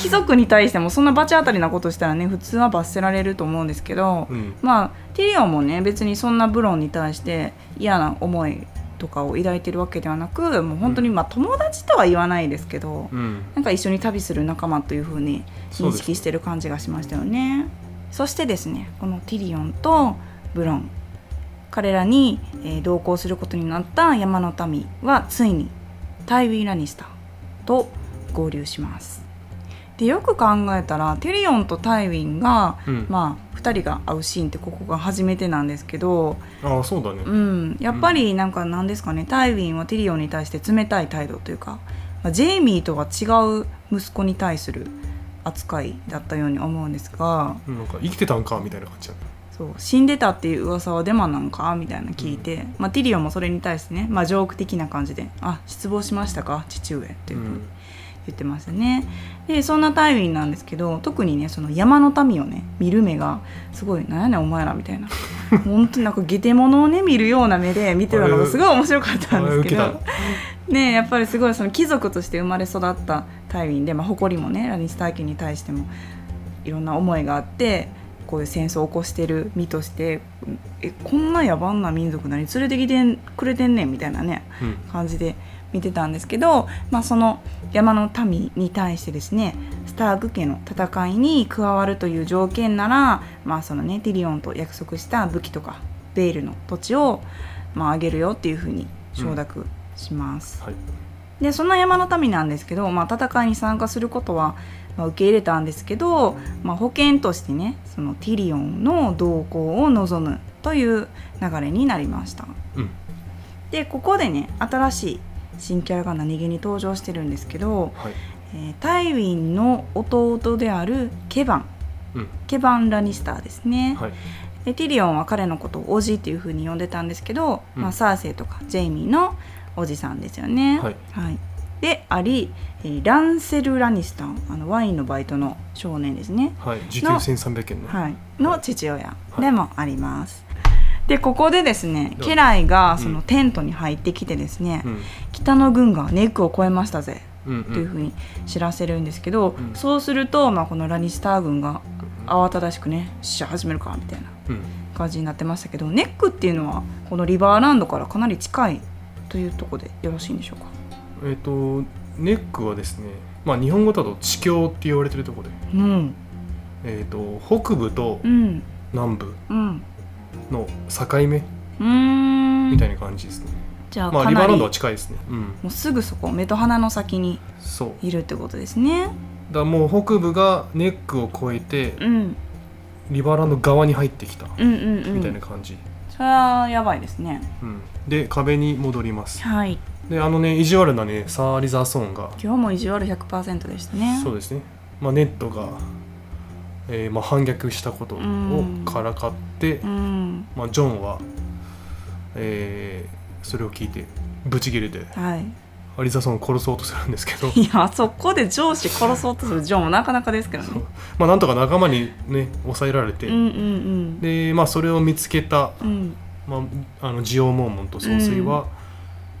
Speaker 1: 貴族に対してもそんな罰当たりなことしたらね普通は罰せられると思うんですけど、
Speaker 2: うん
Speaker 1: まあティリオンもね別にそんなブロンに対して嫌な思いとかを抱いてるわけではなくもう本当にまあ友達とは言わないですけど、
Speaker 2: うん
Speaker 1: なんか一緒に旅する仲間という風に認識してる感じがしましたよね。そしてですねこのティリオンとブロン彼らに、えー同行することになった山の民はついにタイウィー・ラニスターと合流します。でよく考えたらティリオンとタイウィンが
Speaker 2: うん
Speaker 1: まあ、2人が会うシーンってここが初めてなんですけど、
Speaker 2: ああそうだね
Speaker 1: うん、やっぱりなんかなんですかねタイウィンはティリオンに対して冷たい態度というか、まあ、ジェイミーとは違う息子に対する扱いだったように思うんですが
Speaker 2: うんなんか生きてたんかみたいな感じだね
Speaker 1: そう死んでたっていう噂はデマなんかみたいなの聞いて、まあ、ティリオンもそれに対してね、まあ、ジョーク的な感じで「あ失望しましたか父上」というふうに言ってましたね。でそんなタイウィンなんですけど特にねその山の民をね見る目がすごい「なんやねんお前ら」みたいな本当になんか下手者をね見るような目で見てたのがすごい面白かったんですけ
Speaker 2: あれ
Speaker 1: ど。ねえやっぱりすごいその貴族として生まれ育ったタイウィンで、まあ、誇りもねラニスター家に対してもいろんな思いがあってこういう戦争を起こしてる身としてえこんな野蛮な民族何連れてきてんくれてんねんみたいなね
Speaker 2: うん
Speaker 1: 感じで見てたんですけど、まあ、その山の民に対してですねスターグ家の戦いに加わるという条件なら、まあそのね、ティリオンと約束した武器とかベールの土地を、まあ、あげるよっていうふうに承諾します。
Speaker 2: はい
Speaker 1: でそんな山の民なんですけど、まあ、戦いに参加することは、まあ受け入れたんですけど、まあ、保険としてねそのティリオンの同行を望むという流れになりました。
Speaker 2: うん
Speaker 1: でここでね新しい新キャラが何気に登場してるんですけど、
Speaker 2: はい
Speaker 1: えータイウィンの弟であるケバン
Speaker 2: うん
Speaker 1: ケバン・ラニスターですね、
Speaker 2: はい
Speaker 1: でティリオンは彼のことをおじっていうふうに呼んでたんですけど、
Speaker 2: うん
Speaker 1: まあ、サーセイとかジェイミーのおじさんですよね。
Speaker 2: はい
Speaker 1: であり、えーランセル・ラニスターあのワインのバイトの少年ですね、
Speaker 2: はい時給1300円の
Speaker 1: はい、
Speaker 2: は
Speaker 1: の
Speaker 2: い
Speaker 1: 父親
Speaker 2: い
Speaker 1: でもあります。でここでですね
Speaker 2: どう
Speaker 1: 家来が
Speaker 2: うん
Speaker 1: そのテントに入ってきてですね、
Speaker 2: うん
Speaker 1: 北の軍がネックを越えましたぜ
Speaker 2: うん
Speaker 1: というふうに知らせるんですけど、
Speaker 2: うん
Speaker 1: そうすると、まあ、このラニスター軍が慌ただしくね「死者始めるか」みたいな
Speaker 2: うん
Speaker 1: 感じになってましたけどネックっていうのはこのリバーランドからかなり近いというところでよろしいんでしょうか。
Speaker 2: えっとネックはですねまあ日本語だと地境って言われてるところで
Speaker 1: うん、
Speaker 2: えっと北部と
Speaker 1: うん、
Speaker 2: 南部
Speaker 1: うん、
Speaker 2: の境目
Speaker 1: うーん
Speaker 2: みたいな感じですね
Speaker 1: じゃあ
Speaker 2: まあ
Speaker 1: か
Speaker 2: リバ
Speaker 1: な
Speaker 2: ー
Speaker 1: り
Speaker 2: ラン
Speaker 1: も
Speaker 2: ドは近いですねうん
Speaker 1: うすぐそこ目と鼻の先に
Speaker 2: そう
Speaker 1: いるってことですね。
Speaker 2: だからもう北部がネックを越えて
Speaker 1: うん、
Speaker 2: リバーランド側に入ってきた
Speaker 1: うん、うん、うん、
Speaker 2: みたいな感じ
Speaker 1: それはやばいですね。
Speaker 2: うんで壁に戻ります
Speaker 1: はい、
Speaker 2: であのね意地悪なねサー・リザーソーンが
Speaker 1: 今日も意地悪100%でしたね。
Speaker 2: そうですね、まあ、ネットが、えーまあ、反逆したことを
Speaker 1: うん
Speaker 2: からかって、
Speaker 1: うん、
Speaker 2: まあ、ジョンは、えーそれを聞いてブチ切れて
Speaker 1: はい、
Speaker 2: アリザソンを殺そうとするんですけ ど
Speaker 1: いやそこで上司殺そうとするジョンもなかなかですけどね
Speaker 2: まあなんとか仲間にね抑えられて、
Speaker 1: うんうん
Speaker 2: でまあそれを見つけた、
Speaker 1: うんうん
Speaker 2: まあ、あのジオウモーモンと総帥は、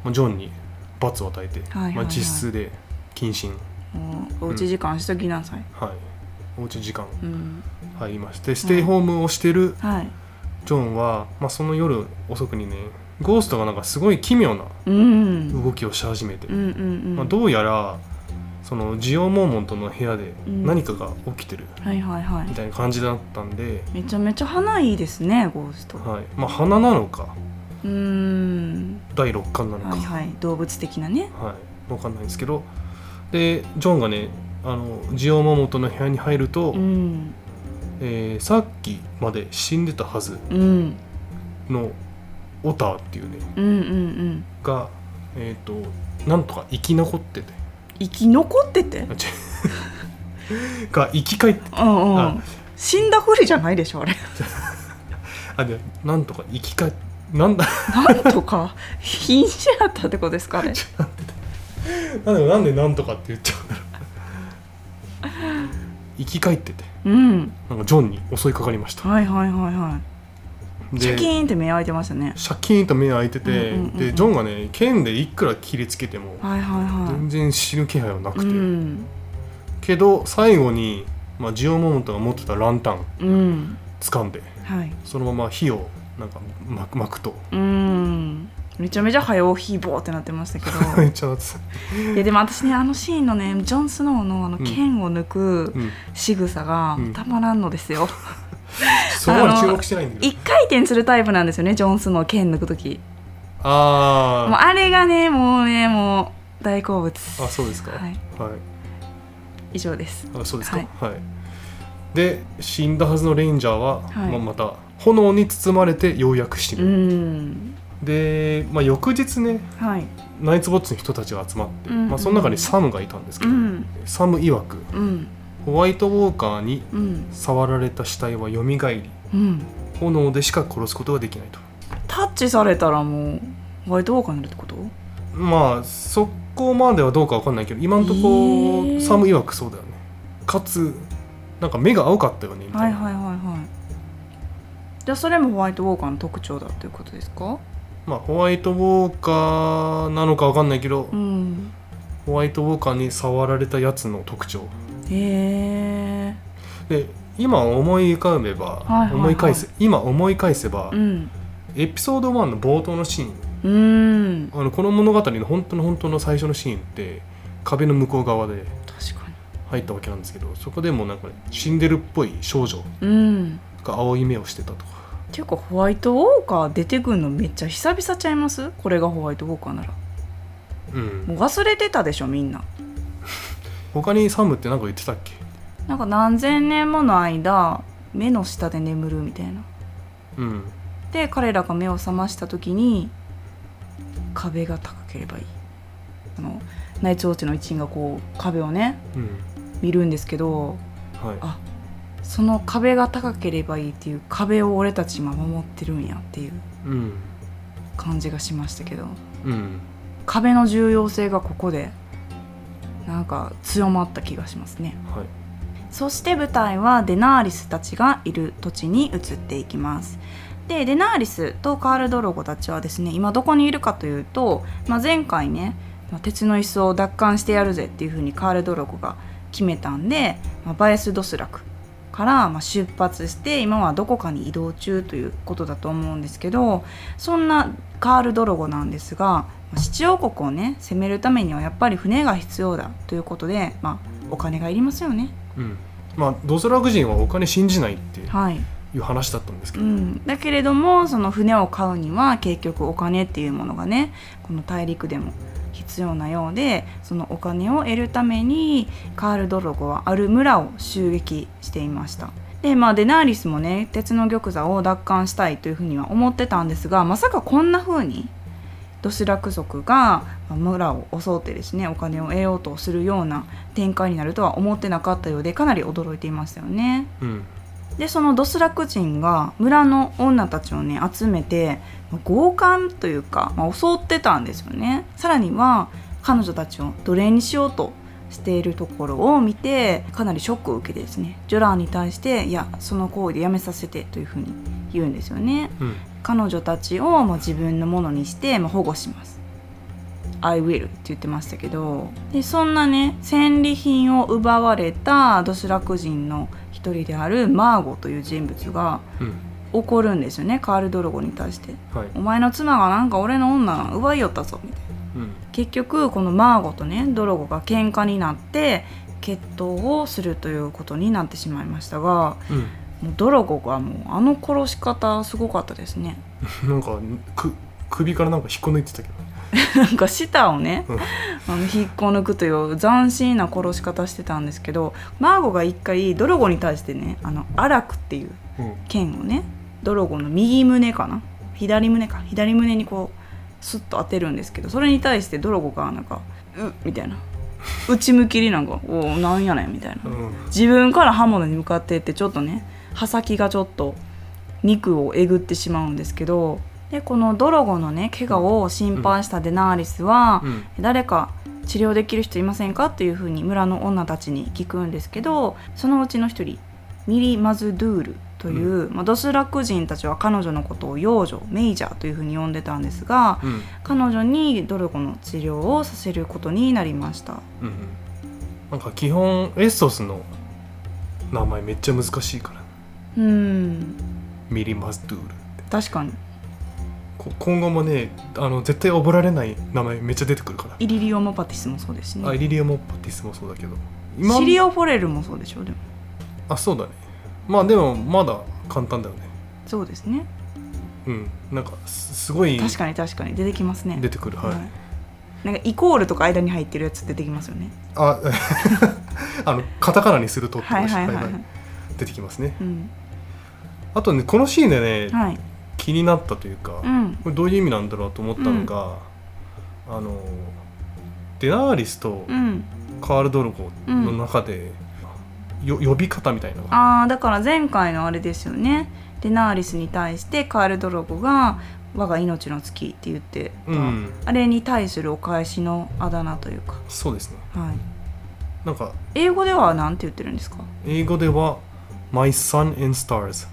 Speaker 2: まあ、ジョンに罰を与えて、
Speaker 1: はいはいはい
Speaker 2: まあ、実質で謹慎、
Speaker 1: もうおうち時間しときなさい、
Speaker 2: はい、おうち時間
Speaker 1: うん、
Speaker 2: 入りましてステイホームをしてる
Speaker 1: はい
Speaker 2: ジョンは、まあ、その夜遅くにねゴーストがなんかすごい奇妙な
Speaker 1: うん
Speaker 2: 動きをし始めて、
Speaker 1: うんうんうん
Speaker 2: まあ、どうやらそのジオウモーモンとの部屋で
Speaker 1: うん
Speaker 2: 何かが起きてる
Speaker 1: はいはいは
Speaker 2: み
Speaker 1: い
Speaker 2: たいな感じだったんで、
Speaker 1: めちゃめちゃ花いいですねゴースト
Speaker 2: はいまあ、鼻なのか
Speaker 1: うーん
Speaker 2: 第六感なのか、
Speaker 1: はいはい動物的なね
Speaker 2: はい、わかんないんですけどでジョンがねあのジオウモモとの部屋に入ると、
Speaker 1: うん
Speaker 2: えーさっきまで死んでたはず
Speaker 1: うんうん
Speaker 2: のオターっていうね
Speaker 1: うんうん
Speaker 2: が、えー、となんとか生き残ってて
Speaker 1: 生き残ってて
Speaker 2: あ 違うが生き返って
Speaker 1: うんう
Speaker 2: あ
Speaker 1: ん死んだふりじゃないでしょあれ
Speaker 2: あでなんとか生き返なんだ
Speaker 1: なんとか 瀕死やったってことですかね
Speaker 2: なんでなんでなんとかって言っちゃうんだろう 生き返ってて
Speaker 1: うん
Speaker 2: なんかジョンに襲いかかりました
Speaker 1: はいはいはいは
Speaker 2: で
Speaker 1: いシャキーンって目開いてましたね
Speaker 2: シャキーンと目開いてて、
Speaker 1: うんうんうんうん
Speaker 2: でジョンがね剣でいくら切りつけても
Speaker 1: はいはいは
Speaker 2: 全然死ぬ気配はなく
Speaker 1: い
Speaker 2: て、
Speaker 1: うん
Speaker 2: けど最後に、まあ、ジオモモトが持ってたランタン
Speaker 1: うん
Speaker 2: 掴んで
Speaker 1: はい
Speaker 2: そのまま火をなんかまくまくと
Speaker 1: うんめちゃめちゃ早うひぼーってなってましたけど
Speaker 2: めっちゃ熱い、
Speaker 1: いやでも私ねあのシーンのねジョン・スノーのあの
Speaker 2: うん
Speaker 1: 剣を抜く
Speaker 2: うん、
Speaker 1: 仕草が
Speaker 2: うん
Speaker 1: たまらんのですよ、
Speaker 2: そこまで注目してないんだけ
Speaker 1: 一
Speaker 2: ど
Speaker 1: 回転するタイプなんですよねジョン・スノー剣抜く時もう
Speaker 2: あ
Speaker 1: あれがねもうねもう大好物
Speaker 2: ーあそうですか
Speaker 1: はい
Speaker 2: はい、
Speaker 1: 以上です
Speaker 2: あそうですか
Speaker 1: は
Speaker 2: はいい、で死んだはずのレインジャーは、
Speaker 1: はい
Speaker 2: まあ、また炎に包まれてようやく死
Speaker 1: う
Speaker 2: ぬ、
Speaker 1: ん
Speaker 2: で、まあ、翌日ね
Speaker 1: はい
Speaker 2: ナイツボッチの人たちが集まって、
Speaker 1: うんうん
Speaker 2: まあ、その中にサムがいたんですけ
Speaker 1: う
Speaker 2: ど、
Speaker 1: ん
Speaker 2: サム曰く
Speaker 1: うん
Speaker 2: ホワイトウォーカーに
Speaker 1: うん
Speaker 2: 触られた死体は蘇り
Speaker 1: うん
Speaker 2: 炎でしか殺すことができないと
Speaker 1: タッチされたらもうホワイトウォーカーになるってこと
Speaker 2: まあそこまではどうかわかんないけど今んとこ、
Speaker 1: えー
Speaker 2: サム曰くそうだよねかつなんか目が青かったよねみた
Speaker 1: はいい
Speaker 2: な、
Speaker 1: はいはいはいじゃあそれもホワイトウォーカーの特徴だということですか
Speaker 2: まあ、ホワイトウォーカーなのかわかんないけど、
Speaker 1: うん
Speaker 2: ホワイトウォーカーに触られたやつの特徴
Speaker 1: へえ
Speaker 2: で今思い浮かべば、
Speaker 1: いはいはい
Speaker 2: 思い返せ今思い返せば、
Speaker 1: うん
Speaker 2: エピソード1の冒頭のシーン
Speaker 1: うん
Speaker 2: あのこの物語の本当の本当の最初のシーンって壁の向こう側で
Speaker 1: 確か
Speaker 2: 入ったわけなんですけどそこでもなんかね死んでるっぽい少女
Speaker 1: にうん
Speaker 2: が青い目をしてたとか
Speaker 1: ていうかホワイトウォーカー出てくんのめっちゃ久々ちゃいますこれがホワイトウォーカーなら
Speaker 2: うん
Speaker 1: もう忘れてたでしょみんな
Speaker 2: 他にサムって何か言ってたっけ
Speaker 1: なんか何千年もの間目の下で眠るみたいな
Speaker 2: うん
Speaker 1: で彼らが目を覚ました時に壁が高ければいいあのナイツウォッチの一員がこう壁をね
Speaker 2: うん
Speaker 1: 見るんですけど
Speaker 2: はい
Speaker 1: あその壁が高ければいいっていう壁を俺たち今守ってるんやっていう
Speaker 2: うん
Speaker 1: 感じがしましたけど
Speaker 2: うん
Speaker 1: 壁の重要性がここでなんか強まった気がしますね
Speaker 2: はい
Speaker 1: そして舞台はデナーリスたちがいる土地に移っていきますでデナーリスとカール・ドロゴたちはですね今どこにいるかというと、まあ、前回ね、まあ鉄の椅子を奪還してやるぜっていうふうにカール・ドロゴが決めたんで、まあバエス・ドスラクからまあ出発して今はどこかに移動中ということだと思うんですけどそんなカール・ドロゴなんですがまあ七王国をね攻めるためにはやっぱり船が必要だということで、まあ、お金がいりますよね。
Speaker 2: うんまあドスラク人はお金信じないって
Speaker 1: はい
Speaker 2: いう話だったんですけ
Speaker 1: う
Speaker 2: ど、
Speaker 1: ん、だけれどもその船を買うには結局お金っていうものがねこの大陸でも必要なようでそのお金を得るためにカール・ドロゴはある村を襲撃していました。でまあ、デナーリスもね鉄の玉座を奪還したいというふうには思ってたんですがまさかこんな風にドスラク族がまあ村を襲ってですねお金を得ようとするような展開になるとは思ってなかったようでかなり驚いていましたよね。
Speaker 2: うん
Speaker 1: でそのドスラク人が村の女たちをね集めてまあ強姦というか、まあ、襲ってたんですよねさらには彼女たちを奴隷にしようとしているところを見てかなりショックを受けてですねジョランに対していやその行為でやめさせてというふうに言うんですよね
Speaker 2: うん
Speaker 1: 彼女たちをまあ自分のものにしてまあ保護します「I will」って言ってましたけどでそんなね戦利品を奪われたドスラク人の一人であるマーゴという人物が
Speaker 2: うん
Speaker 1: 怒るんですよねカール・ドロゴに対して
Speaker 2: はい
Speaker 1: 「お前の妻がなんか俺の女奪いよったぞ」みたいな。
Speaker 2: うん
Speaker 1: 結局このマーゴとねドロゴが喧嘩になって決闘をするということになってしまいましたが
Speaker 2: うん
Speaker 1: もうドロゴがもうあの殺し方すごかったですね
Speaker 2: なんかく首からなんか引っこ抜いてたけど
Speaker 1: なんか舌をね
Speaker 2: うん
Speaker 1: あの引っこ抜くという斬新な殺し方してたんですけどマーゴが一回ドロゴに対してねあのアラクっていう
Speaker 2: うん
Speaker 1: 剣をねドロゴの右胸かな左胸か左胸にこうスッと当てるんですけどそれに対してドロゴがなんか「うっ」みたいな内向きになんか「おおなんやねん」みたいな
Speaker 2: うん
Speaker 1: 自分から刃物に向かってってちょっとね刃先がちょっと肉をえぐってしまうんですけどでこのドロゴのね怪我を心配したデナーリスは、
Speaker 2: うん
Speaker 1: 誰か治療できる人いませんかというふうに村の女たちに聞くんですけどそのうちの一人ミリ・マズドゥールという、まあ、ドスラク人たちは彼女のことを幼女メイジャーというふうに呼んでたんですが
Speaker 2: うん
Speaker 1: 彼女にドルゴの治療をさせることになりました
Speaker 2: うんなんか基本エッソスの名前めっちゃ難しいから
Speaker 1: うん
Speaker 2: ミリマスドゥール
Speaker 1: 確かに
Speaker 2: こ今後もねあの絶対覚えられない名前めっちゃ出てくるから、
Speaker 1: イリリオマパティスもそうですし
Speaker 2: あ
Speaker 1: ね
Speaker 2: イリリアモパティスもそうだけど
Speaker 1: シリ
Speaker 2: オ
Speaker 1: オフォレルもそうでしょでも
Speaker 2: あそうだねまあでもまだ簡単だよね
Speaker 1: そうですね
Speaker 2: うんなんかすすごい
Speaker 1: 確かに確かに出てきますね
Speaker 2: 出てくるはい、
Speaker 1: なんかイコールとか間に入ってるやつ出てきますよね
Speaker 2: あ あのカタカナにするとって
Speaker 1: はい
Speaker 2: 話
Speaker 1: はいはいはい、
Speaker 2: はいはい出てきますね
Speaker 1: うん
Speaker 2: あとねこのシーンでね、
Speaker 1: はい
Speaker 2: 気になったというか、
Speaker 1: うん
Speaker 2: これどういう意味なんだろうと思ったのが、あのデナーリスと
Speaker 1: うん
Speaker 2: カール・ドルゴの中で、よ呼び方みたいなのが
Speaker 1: あーだから前回のあれですよねデナーリスに対してカール・ドロゴが「我が命の月」って言ってた、
Speaker 2: うん
Speaker 1: あれに対するお返しのあだ名というか、
Speaker 2: そうですね
Speaker 1: はい、
Speaker 2: なんか
Speaker 1: 英語では何て言ってるんですか
Speaker 2: 英語では「My Sun and Stars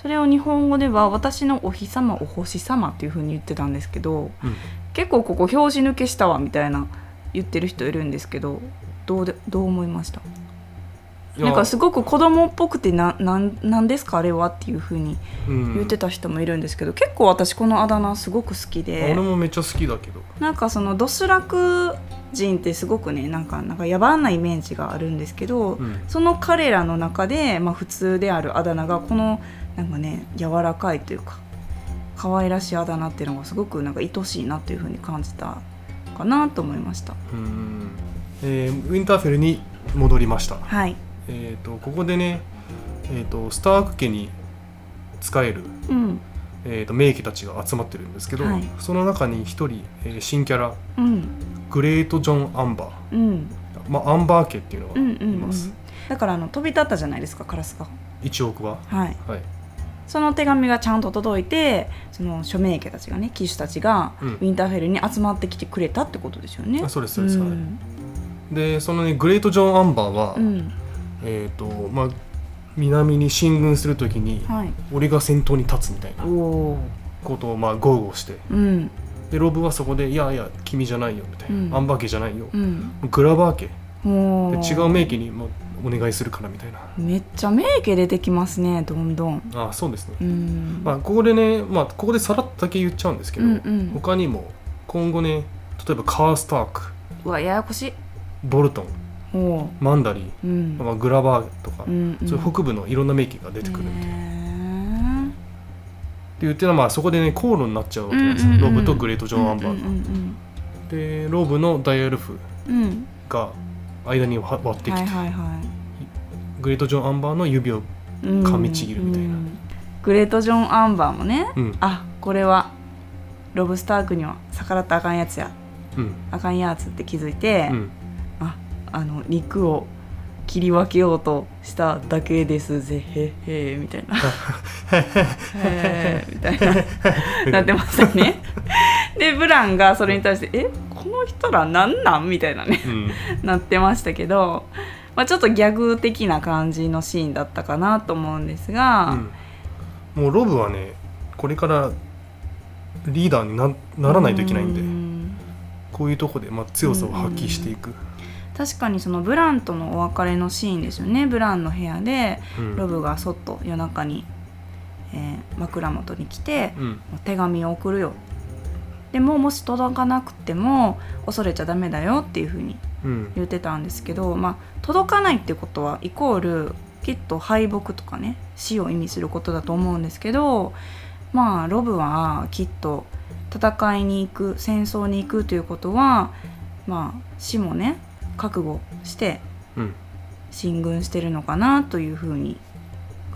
Speaker 1: それを日本語では「私のお日様お星様」っていうふうに言ってたんですけど」
Speaker 2: うん
Speaker 1: 結構ここ拍子抜けしたわみたいな言ってる人いるんですけどどうでどう思いました
Speaker 2: いや
Speaker 1: なんかすごく子供っぽくてななんなんですかあれはっていうふうに
Speaker 2: うん
Speaker 1: 言ってた人もいるんですけど、結構私このあだ名すごく好きで
Speaker 2: 俺もめっちゃ好きだけど
Speaker 1: なんかそのドスラク人ってすごくねなんかなんか野蛮なイメージがあるんですけど、
Speaker 2: うん
Speaker 1: その彼らの中で、まあ、普通であるあだ名がこのなんかね柔らかいというか可愛らしいあだ名っていうのがすごくなんか愛しいなというふうに感じたかなと思いました。
Speaker 2: うんえーウィンターフェルに戻りました
Speaker 1: はい、
Speaker 2: えー、とここでね、えー、とスターク家に仕える、
Speaker 1: うん
Speaker 2: えー、と名家たちが集まってるんですけど、
Speaker 1: はい
Speaker 2: その中に一人、えー新キャラ
Speaker 1: うん
Speaker 2: グレート・ジョン・アンバ
Speaker 1: うん
Speaker 2: ー、まあ、アンバー家っていうの
Speaker 1: うん
Speaker 2: がい
Speaker 1: うん、う
Speaker 2: ます、
Speaker 1: ん、だからあの飛び立ったじゃないですかカラスが。
Speaker 2: 1億は
Speaker 1: はい、
Speaker 2: はい
Speaker 1: その手紙がちゃんと届いてその署名家たちがね騎手たちが
Speaker 2: う
Speaker 1: ウ
Speaker 2: ん
Speaker 1: ィンターフェルに集まってきてくれたってことですよね。
Speaker 2: あそうですそうです
Speaker 1: う
Speaker 2: はい
Speaker 1: ん
Speaker 2: でそのねグレート・ジョン・アンバーは、
Speaker 1: うん
Speaker 2: えっ、とまあ南に進軍するときに、
Speaker 1: はい、
Speaker 2: 俺が先頭に立つみたいな
Speaker 1: おおー、
Speaker 2: ことをまあ豪語して
Speaker 1: うん
Speaker 2: でロブはそこで「いやいや君じゃないよ」みたいな、
Speaker 1: うん
Speaker 2: アンバー家じゃないよ、
Speaker 1: うん、
Speaker 2: グラバー家
Speaker 1: お
Speaker 2: で違
Speaker 1: ー
Speaker 2: う名家にもお願いするからみたいな
Speaker 1: めっちゃ名家出てきますねどんどん。
Speaker 2: あそうですね、
Speaker 1: うん、
Speaker 2: まあ、ここでね、まあ、ここでさらっとだけ言っちゃうんですけど、
Speaker 1: うんうん、
Speaker 2: 他にも今後ね例えばカースターク
Speaker 1: うわややこしい。
Speaker 2: ボルトン
Speaker 1: おお、
Speaker 2: マンダリー、
Speaker 1: うん、
Speaker 2: まあ、グラバーとか、
Speaker 1: うんうん、
Speaker 2: そういう北部のいろんな名家が出てくるって
Speaker 1: へ
Speaker 2: 言っていうのはまあそこでね口論になっちゃうわけなんですよ、
Speaker 1: うんうんうん
Speaker 2: ロブとグレート・ジョン・アンバーが、
Speaker 1: ーうん
Speaker 2: でロブのダイエルフ
Speaker 1: うんうんうん、
Speaker 2: が間に割ってきて、
Speaker 1: はいはいはい
Speaker 2: グレート・ジョン・アンバーの指を
Speaker 1: うん
Speaker 2: 噛みちぎるみたいな
Speaker 1: うんグレートジョン・アンバーもね、
Speaker 2: うん
Speaker 1: あこれはロブ・スタークには逆らったらあかんやつや
Speaker 2: うん
Speaker 1: あかんやつって気づいて、
Speaker 2: うん
Speaker 1: ああの肉を切り分けようとしただけですぜへへみた いなへーみたいななってましたねでブランがそれに対して「えこの人らなんなんみたいなねなってましたけど、まあ、ちょっとギャグ的な感じのシーンだったかなと思うんですが、
Speaker 2: うん、もうロブはねこれからリーダーになならないといけないんで
Speaker 1: うん
Speaker 2: こういうとこでまあ強さを発揮していく、
Speaker 1: 確かにそのブランとのお別れのシーンですよねブランの部屋で
Speaker 2: うん
Speaker 1: ロブがそっと夜中に、えー枕元に来て
Speaker 2: うん
Speaker 1: 「手紙を送るよ」でももし届かなくても恐れちゃダメだよっていうふうに
Speaker 2: うん
Speaker 1: 言ってたんですけど、まあ、届かないってことはイコールきっと敗北とかね死を意味することだと思うんですけどまあロブはきっと戦いに行く戦争に行くということは、まあ、死もね覚悟して
Speaker 2: うん
Speaker 1: 進軍してるのかなというふうに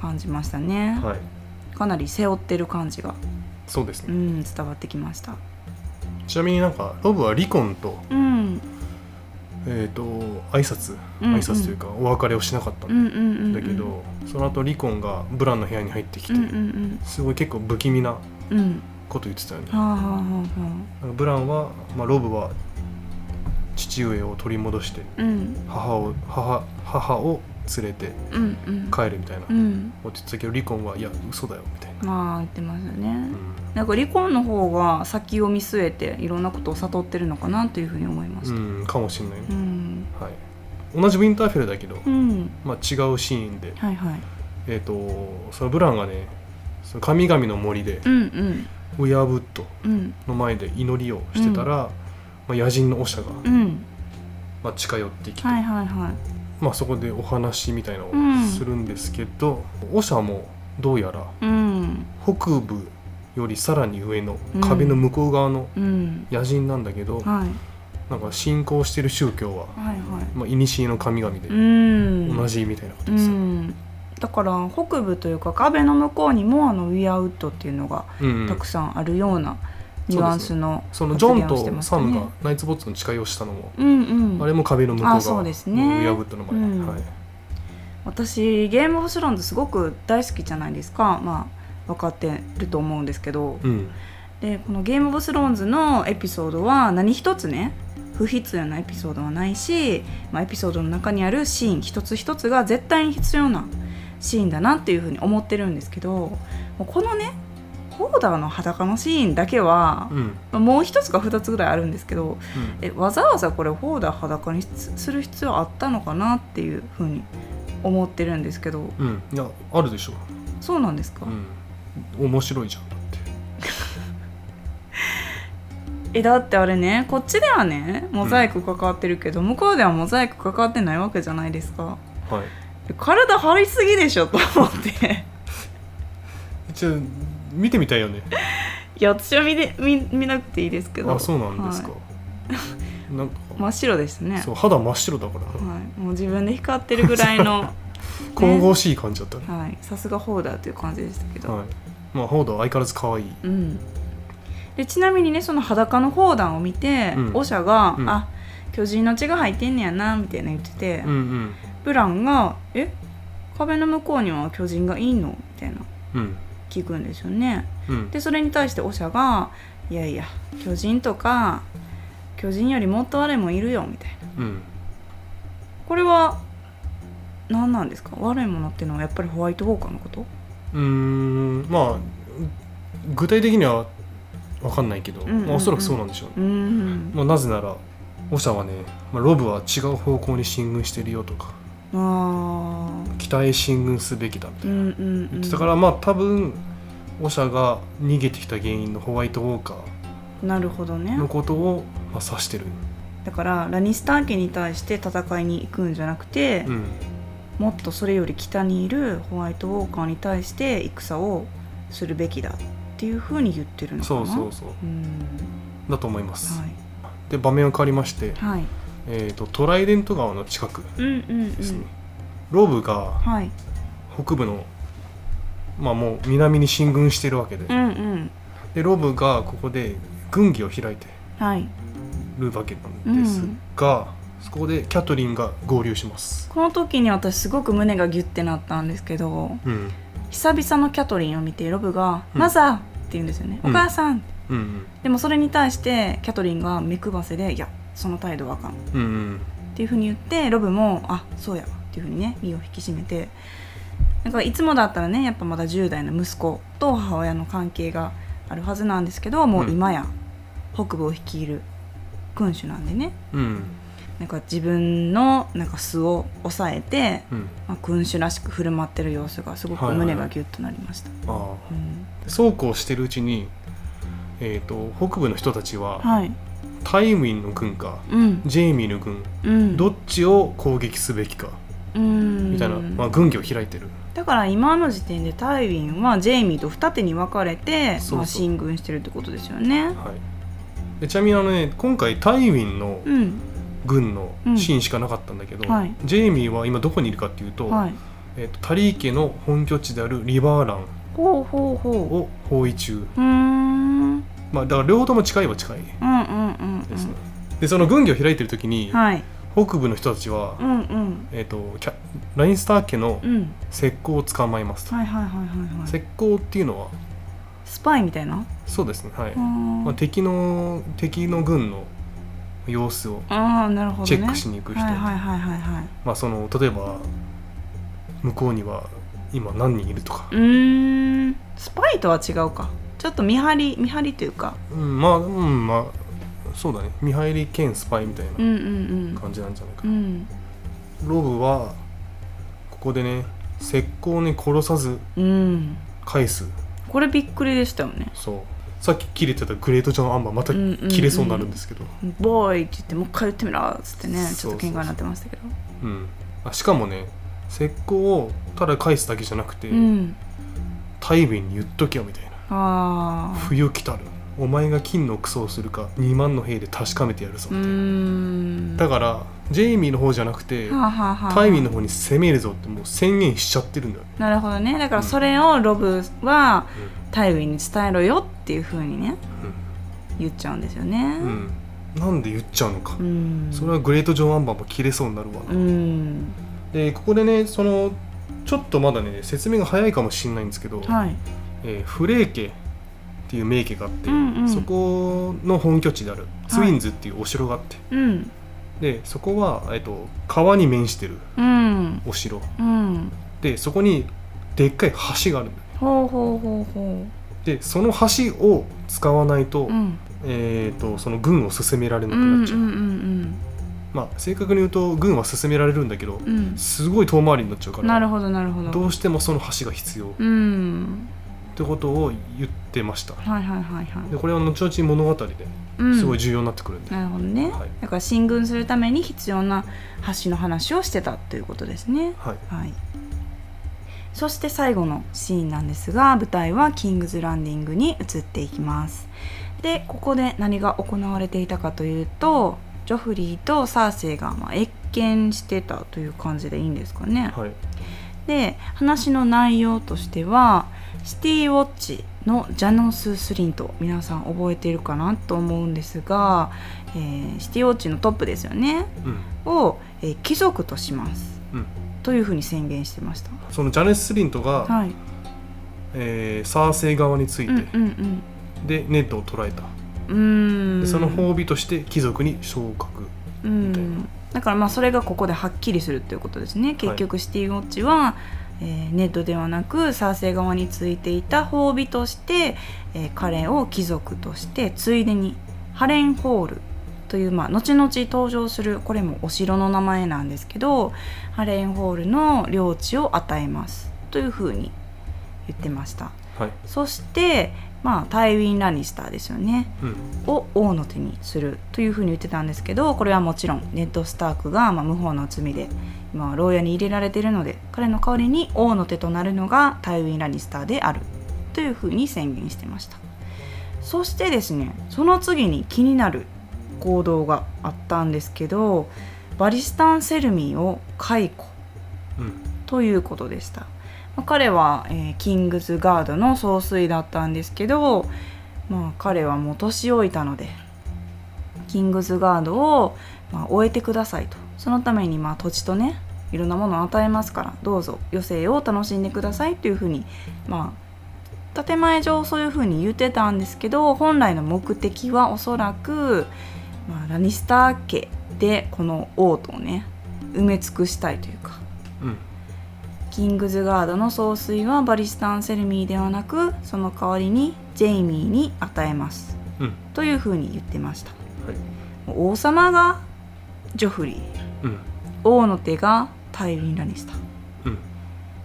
Speaker 1: 感じましたね、
Speaker 2: はい
Speaker 1: かなり背負ってる感じが、
Speaker 2: そうです
Speaker 1: う
Speaker 2: ね、
Speaker 1: ん、伝わってきました。
Speaker 2: ちなみになんかロブは離婚と,、
Speaker 1: うん、
Speaker 2: えー、と挨拶
Speaker 1: うん
Speaker 2: 挨拶というかお別れをしなかった
Speaker 1: うんんうんうんうん
Speaker 2: だけど、その後離婚がブランの部屋に入ってきて、
Speaker 1: うんうん
Speaker 2: すごい結構不気味な
Speaker 1: うんうん
Speaker 2: こと言ってたよね
Speaker 1: はあはあはあは
Speaker 2: なんかブランは、まあ、ロブは父上を取り戻して
Speaker 1: あうん
Speaker 2: 母を母母を連れて
Speaker 1: うんうん
Speaker 2: 帰るみたいな、
Speaker 1: うん
Speaker 2: 落ち着けど離婚はいや嘘だよみたいな、
Speaker 1: まあ言ってますよね
Speaker 2: うん
Speaker 1: なんか離婚の方が先を見据えていろんなことを悟ってるのかなというふうに思いました
Speaker 2: うんかもしれないね
Speaker 1: う、ん
Speaker 2: はい、同じウィンターフェルだけど、
Speaker 1: うん
Speaker 2: まあ、違うシーンで、
Speaker 1: はいはい
Speaker 2: えー、とそのブランがねその神々の森で
Speaker 1: うんうん
Speaker 2: ウィアーブッド
Speaker 1: うん
Speaker 2: の前で祈りをしてたら、まあ、野人の長者が、
Speaker 1: うん
Speaker 2: まあ、近寄ってきて、
Speaker 1: はいはいはい
Speaker 2: まあ、そこでお話みたいなの
Speaker 1: うん
Speaker 2: をするんですけど、長者もどうやら
Speaker 1: うん
Speaker 2: 北部よりさらに上の壁の向こう側の
Speaker 1: うん
Speaker 2: 野人なんだけど、
Speaker 1: はい
Speaker 2: なんか信仰してる宗教は、
Speaker 1: はいはい
Speaker 2: まあ、古の神々で
Speaker 1: うん
Speaker 2: 同じみたいなこと
Speaker 1: う
Speaker 2: でさ、
Speaker 1: んだから北部というか壁の向こうにもあのウィアウッドっていうのが
Speaker 2: うんうん
Speaker 1: たくさんあるようなニュアンスの
Speaker 2: そのジョン
Speaker 1: 発言をして
Speaker 2: と
Speaker 1: まし
Speaker 2: サ
Speaker 1: たね
Speaker 2: ムがナイツボッツの誓いをしたのも、
Speaker 1: うんうん
Speaker 2: あれも壁の向こう側
Speaker 1: あそうですね
Speaker 2: ウィアブットの前、
Speaker 1: うん
Speaker 2: はい、
Speaker 1: 私ゲームオブスローンズすごく大好きじゃないですかまあ分かってると思うんですけど
Speaker 2: うん
Speaker 1: でこのゲームオブスローンズのエピソードは何一つね不必要なエピソードはないし、まあ、エピソードの中にあるシーン一つ一つが絶対に必要なシーンだなっていうふうに思ってるんですけどもうこのねホーダーの裸のシーンだけは
Speaker 2: う、んうん
Speaker 1: まあもう一つか二つぐらいあるんですけどえわざわざこれホーダー裸にすする必要あったのかなっていうふうに思ってるんですけど
Speaker 2: うんいやあるでしょ、
Speaker 1: そうなんですか、
Speaker 2: うん、面白いじゃんだって
Speaker 1: えだってあれねこっちではねモザイクかかってるけど、向こうではモザイクかかってないわけじゃないですか
Speaker 2: はい
Speaker 1: 体張りすぎでしょと思って
Speaker 2: 一応見てみたいよね
Speaker 1: いや私は見で見見なくていいですけど
Speaker 2: あそうなんですか、
Speaker 1: は
Speaker 2: なんか、
Speaker 1: い真っ白ですね
Speaker 2: そう肌真っ白だから、
Speaker 1: はい、もう自分で光ってるぐらい の、
Speaker 2: 神々しい感じだったね
Speaker 1: はい、さすがホーダーという感じでしたけど、
Speaker 2: はいまあホードは相変わらず可愛い
Speaker 1: うん、でちなみにねその裸の砲弾を見て、
Speaker 2: うん
Speaker 1: オシャが「
Speaker 2: うん
Speaker 1: あ巨人の血が入ってんねやな」みたいな言ってて、
Speaker 2: うんうん
Speaker 1: ブランが「え壁の向こうには巨人がいいの?」みたいな
Speaker 2: うん
Speaker 1: 聞くんですよね。
Speaker 2: うん
Speaker 1: でそれに対してオシャが「いやいや巨人とか巨人よりもっとあれもいるよ」みたいな。
Speaker 2: うん
Speaker 1: これは何なんですか悪いものっていうのはやっぱりホワイトウォーカーのこと
Speaker 2: うーんまあ具体的には分かんないけど、
Speaker 1: んうんうん
Speaker 2: まあおそらくそうなんでしょうね、
Speaker 1: うーん
Speaker 2: まあ、なぜならオシャはね、まあ、ロブは違う方向に進軍してるよとか
Speaker 1: あー
Speaker 2: 北へ進軍すべきだみた
Speaker 1: う
Speaker 2: い
Speaker 1: ん
Speaker 2: な、
Speaker 1: うんうん
Speaker 2: 言ってたからまあ多分オシャが逃げてきた原因のホワイトウォーカ
Speaker 1: なるほどね
Speaker 2: ーのことを、まあ、指してる、
Speaker 1: だからラニスター家に対して戦いに行くんじゃなくて、
Speaker 2: うん、
Speaker 1: もっとそれより北にいるホワイトウォーカーに対して戦をするべきだっていうふうに言ってるのか
Speaker 2: そ
Speaker 1: な
Speaker 2: うそうそう
Speaker 1: うん
Speaker 2: だと思います、
Speaker 1: はい
Speaker 2: で場面は変わりまして、
Speaker 1: はい
Speaker 2: えー、とトライデント川の近く
Speaker 1: うんうんうん
Speaker 2: ですね、ロブが
Speaker 1: はい
Speaker 2: 北部のまあもう南に進軍してるわけで,、
Speaker 1: うんうん
Speaker 2: でロブがここで軍議を開いて
Speaker 1: はい
Speaker 2: るわけなんですが、そこでキャトリンが合流します。
Speaker 1: この時に私すごく胸がギュッてなったんですけど
Speaker 2: うん、
Speaker 1: 久々のキャトリンを見てロブが「
Speaker 2: うん
Speaker 1: マザー」って言うんですよね「
Speaker 2: うん
Speaker 1: お母さん」
Speaker 2: うん
Speaker 1: でもそれに対してキャトリンが目くばせで「いやその態度はあかん」っ
Speaker 2: うんうん
Speaker 1: ていうふうに言ってロブも「あそうや」っていうふうにね身を引き締めてなんかいつもだったらねやっぱまだ10代の息子と母親の関係があるはずなんですけどもう今や北部を率いる君主なんでね
Speaker 2: うんうん
Speaker 1: なんか自分のなんか素を抑えて、
Speaker 2: うん
Speaker 1: まあ、君主らしく振る舞ってる様子がすごく胸がギュッとなりました。う
Speaker 2: あ
Speaker 1: ん
Speaker 2: あそうこうしてるうちにえー、と北部の人たちは
Speaker 1: はい、
Speaker 2: タイムインの軍か
Speaker 1: うん
Speaker 2: ジェイミーの軍
Speaker 1: うん、
Speaker 2: どっちを攻撃すべきかみ
Speaker 1: み
Speaker 2: たいな、まあ、軍議を開いてる
Speaker 1: だから今の時点でタイウィンはジェイミーと二手に分かれて
Speaker 2: そうそう
Speaker 1: まあ、進軍してるってことですよね。
Speaker 2: はい、でちなみにあのね今回タイウィンの
Speaker 1: うん、
Speaker 2: 軍の
Speaker 1: うん
Speaker 2: シーンしかなかったんだけど、
Speaker 1: はい
Speaker 2: ジェイミーは今どこにいるかっていうと,、
Speaker 1: はい。
Speaker 2: えーとタリー家の本拠地であるリバーラン
Speaker 1: ほうほうほ
Speaker 2: を包囲中、
Speaker 1: う。うーん、うん
Speaker 2: まあ、だから両方とも近いは近いで
Speaker 1: うんうん
Speaker 2: すね
Speaker 1: う、
Speaker 2: でその軍議を開いてる時に、
Speaker 1: ん。はい。
Speaker 2: 北部の人たちは、
Speaker 1: うんうん
Speaker 2: えー、とキャラインスター家の
Speaker 1: うん。
Speaker 2: 石膏を捕まえますと、
Speaker 1: はいはいはいはいはい。
Speaker 2: 石膏っていうのは
Speaker 1: スパイみたいな。
Speaker 2: そうですねはい、
Speaker 1: あー、
Speaker 2: まあ、敵の敵の軍の様子を
Speaker 1: あー、なるほどね。
Speaker 2: チェックしに行く人、
Speaker 1: はいはいはいはいはい。
Speaker 2: まあ、その例えば向こうには今何人いるとか
Speaker 1: う、ーん、スパイとは違うか。ちょっと見張り見張りというか。
Speaker 2: うん、まあうんまあそうだね見張り兼スパイみたい
Speaker 1: うんうん
Speaker 2: な感じなんじゃないか
Speaker 1: うん。う
Speaker 2: な、
Speaker 1: ん。
Speaker 2: ロブはここでね石膏をね殺さず
Speaker 1: うん。
Speaker 2: 返す
Speaker 1: これびっくりでしたよね。
Speaker 2: そうさっき切れてたグレートジョン・アンバーまた
Speaker 1: うんうんうん
Speaker 2: 切れそうになるんですけど、
Speaker 1: ボーイって言ってもう一回言ってみろっつってねち
Speaker 2: そ
Speaker 1: ょ
Speaker 2: う
Speaker 1: っと
Speaker 2: そうそう
Speaker 1: 喧嘩になってましたけど
Speaker 2: うんあしかもね石膏をただ返すだけじゃなくて、
Speaker 1: うん
Speaker 2: タイビンに言っとけよみたいな
Speaker 1: ああ
Speaker 2: 冬来たるお前が金のクソをするか2万の兵で確かめてやるぞ
Speaker 1: うーん
Speaker 2: だからジェイミーの方じゃなくて
Speaker 1: はあはあはあ
Speaker 2: タイミーの方に攻めるぞってもう宣言しちゃってるんだよね、
Speaker 1: なるほどねだからそれをロブは
Speaker 2: うん
Speaker 1: タイウィンに伝えろよっていうふうにね言っちゃうんですよね
Speaker 2: うんなんで言っちゃうのか、
Speaker 1: うん
Speaker 2: それはグレート・ジョン・アンバーも切れそうになるわな、
Speaker 1: うん
Speaker 2: でここでねそのちょっとまだね説明が早いかもしれないんですけど、
Speaker 1: はい
Speaker 2: えーフレー家っていう名家があって、
Speaker 1: うんうん
Speaker 2: そこの本拠地であるツインズっていうお城があって、
Speaker 1: うん
Speaker 2: でそこは、えっと川に面してる
Speaker 1: うん
Speaker 2: お城
Speaker 1: うん
Speaker 2: でそこにでっかい橋があるんだよ
Speaker 1: ほうほうほうほ
Speaker 2: でその橋を使わないと、
Speaker 1: ううん
Speaker 2: えー、とその軍を進められな
Speaker 1: う
Speaker 2: く
Speaker 1: ん
Speaker 2: なっ
Speaker 1: うん
Speaker 2: ち
Speaker 1: う
Speaker 2: ゃう、
Speaker 1: ん
Speaker 2: まあ、正確に言うと軍は進められるんだけど
Speaker 1: うん
Speaker 2: すごい遠回りになっちゃうか
Speaker 1: う
Speaker 2: ら
Speaker 1: んなるほどなるほど
Speaker 2: どうしてもその橋が必要っ
Speaker 1: うん
Speaker 2: てことを言ってました
Speaker 1: はいはいはいはい
Speaker 2: でこれは後々物語で
Speaker 1: うん
Speaker 2: すごい重要になってくるんで、
Speaker 1: なるほどね、
Speaker 2: はい
Speaker 1: だから進軍するために必要な橋の話をしてたということですね、
Speaker 2: はい
Speaker 1: はい、そして最後のシーンなんですが舞台はキングズランディングに移っていきますでここで何が行われていたかというとジョフリーとサーセイがまあ謁見してたという感じでいいんですかね、
Speaker 2: はい
Speaker 1: で話の内容としてはシティウォッチのジャノス・スリント皆さん覚えているかなと思うんですが、えーシティウォッチのトップですよね
Speaker 2: うん
Speaker 1: を、えー貴族とします、
Speaker 2: うん
Speaker 1: というふうに宣言してました。
Speaker 2: そのジャネス・スリントが、
Speaker 1: はい、
Speaker 2: えーサーセイ側について、
Speaker 1: うんうん
Speaker 2: でネットを捕らえた
Speaker 1: うんうー
Speaker 2: で
Speaker 1: ん
Speaker 2: その褒美として貴族に昇格
Speaker 1: うんだからまあそれがここではっきりするということですね結局シティウォッチは、えーネットではなくサーセイ側についていた褒美として、えー彼を貴族としてついでにハレンホールという、まあ、後々登場するこれもお城の名前なんですけどハレンホールの領地を与えますというふうに言ってました
Speaker 2: はい、
Speaker 1: そして、まあ、タイウィン・ラニスターですよね
Speaker 2: うん
Speaker 1: を王の手にするというふうに言ってたんですけどこれはもちろんネッド・スタークが、まあ、無法の罪で今は牢屋に入れられているので彼の代わりに王の手となるのがタイウィン・ラニスターであるというふうに宣言してましたそしてですねその次に気になる行動があったんですけどバリスタン・セルミーを解雇
Speaker 2: うん
Speaker 1: ということでしたまあ彼は、えーキングズガードの総帥だったんですけど、まあ、彼はもう年老いたのでキングズガードを、まあ、終えてくださいとそのために、まあ、土地とねいろんなものを与えますからどうぞ余生を楽しんでくださいというふうに、まあ、建前上そういうふうに言ってたんですけど本来の目的はおそらく、まあ、ラニスター家でこの王都をね埋め尽くしたいというか
Speaker 2: うん
Speaker 1: キングズガードの総帥はバリスタン・セルミーではなくその代わりにジェイミーに与えます
Speaker 2: うん
Speaker 1: というふうに言ってました
Speaker 2: はい
Speaker 1: 王様がジョフリー
Speaker 2: うん
Speaker 1: 王の手がタイウィン・ラニスター
Speaker 2: うん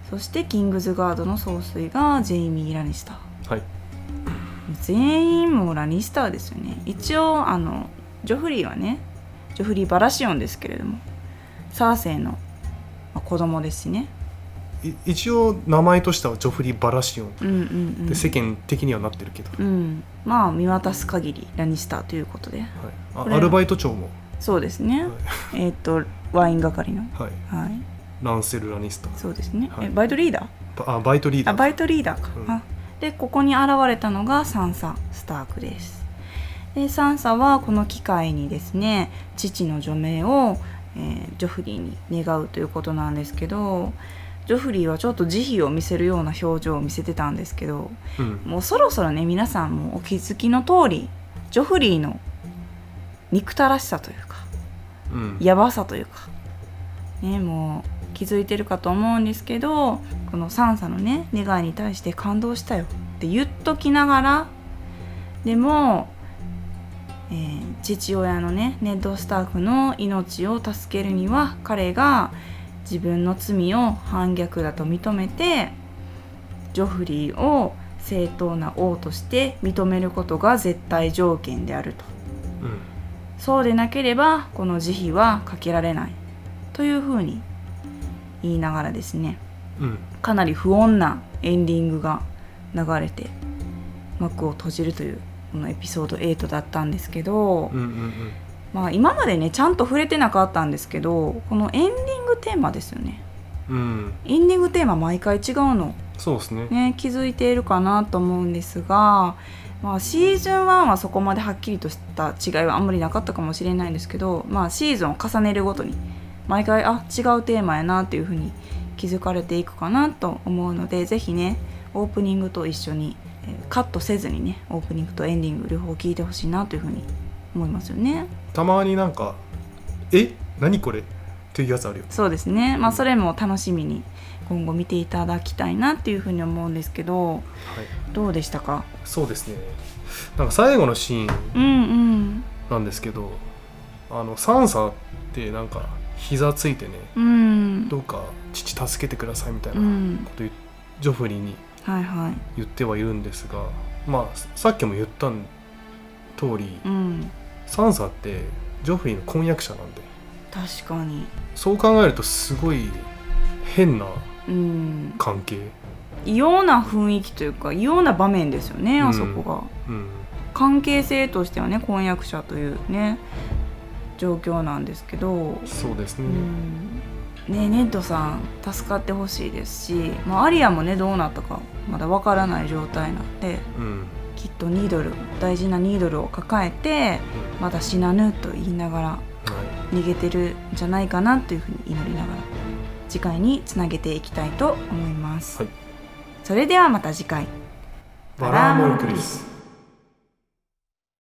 Speaker 1: そしてキングズガードの総帥がジェイミー・ラニスター
Speaker 2: はい
Speaker 1: 全員もうラニスターですよね一応あのジョフリーはねジョフリー・バラシオンですけれどもサーセイのまあ子供ですしね
Speaker 2: い一応名前としてはジョフリー・バラシオン
Speaker 1: うんうんうん
Speaker 2: で世間的にはなってるけど、
Speaker 1: うん、まあ見渡す限りラニスターということで
Speaker 2: は
Speaker 1: こ
Speaker 2: い、
Speaker 1: れ
Speaker 2: あ
Speaker 1: は
Speaker 2: アルバイト長も、
Speaker 1: そうですね、
Speaker 2: はい
Speaker 1: えーっ、とワイン係の
Speaker 2: はい、
Speaker 1: はい
Speaker 2: ランセル・ラニスタ
Speaker 1: そうですね、
Speaker 2: はい
Speaker 1: えバイトリーダー
Speaker 2: ばあバイトリー
Speaker 1: あ
Speaker 2: ダー
Speaker 1: バイトリーダーか、
Speaker 2: うん
Speaker 1: あでここに現れたのがサンサスタークですでサンサはこの機会にですね父の除名を、えージョフリーに願うということなんですけどジョフリーはちょっと慈悲を見せるような表情を見せてたんですけど
Speaker 2: うん
Speaker 1: もうそろそろね皆さんもお気づきの通りジョフリーの憎たらしさというか
Speaker 2: うん
Speaker 1: やばさというかねもう気づいてるかと思うんですけどこのサンサのね願いに対して感動したよって言っときながらでも、えー父親のねネッド・スタークの命を助けるには彼が自分の罪を反逆だと認めてジョフリーを正当な王として認めることが絶対条件であると。
Speaker 2: うん
Speaker 1: そうでなければこの慈悲はかけられないというふうに言いながらですね
Speaker 2: うん
Speaker 1: かなり不穏なエンディングが流れて幕を閉じるというこのエピソード8だったんですけど、
Speaker 2: うんうんうん
Speaker 1: まあ、今までねちゃんと触れてなかったんですけどこのエンディングテーマですよね
Speaker 2: うん
Speaker 1: エンディングテーマ毎回違うの
Speaker 2: そうですね
Speaker 1: ね、気づいているかなと思うんですが、まあ、シーズン1はそこまではっきりとした違いはあんまりなかったかもしれないんですけど、まあ、シーズンを重ねるごとに毎回あ違うテーマやなっていうふうに気づかれていくかなと思うのでぜひねオープニングと一緒にえーカットせずにねオープニングとエンディング両方聞いてほしいなというふうに思いますよね。
Speaker 2: たまになんか「え何これ?」っていうやつあるよ
Speaker 1: そうですね、まあ、それも楽しみに今後見ていただきたいなっていうふうに思うんですけど
Speaker 2: はい
Speaker 1: どうでしたか
Speaker 2: そうですねなんか最後のシーン
Speaker 1: うんうん
Speaker 2: なんですけどあのサンサってなんか膝ついてね
Speaker 1: うん
Speaker 2: どうか父助けてくださいみたいうなこ
Speaker 1: ん、
Speaker 2: と言うジョフリーに
Speaker 1: はいはい、
Speaker 2: 言ってはいるんですがまあさっきも言った通り
Speaker 1: うん、
Speaker 2: サンサってジョフリーの婚約者なんで
Speaker 1: 確かに、
Speaker 2: そう考えるとすごい変な
Speaker 1: うん、
Speaker 2: 関係
Speaker 1: 異様な雰囲気というか異様な場面ですよね
Speaker 2: うん
Speaker 1: あそこが、
Speaker 2: うん
Speaker 1: 関係性としてはね婚約者というね状況なんですけど、
Speaker 2: そうです
Speaker 1: う
Speaker 2: ね、
Speaker 1: ん、ねネッドさん助かってほしいですし、まあ、アリアもねどうなったかまだわからない状態なんで
Speaker 2: うん
Speaker 1: きっとニードル大事なニードルを抱えてまだ死なぬと言いながら
Speaker 2: は
Speaker 1: 逃げてるんじゃないかなというふうに祈りながら次回につなげていきたいと思います、
Speaker 2: はい
Speaker 1: それではまた次回
Speaker 2: い、バラーモンクリス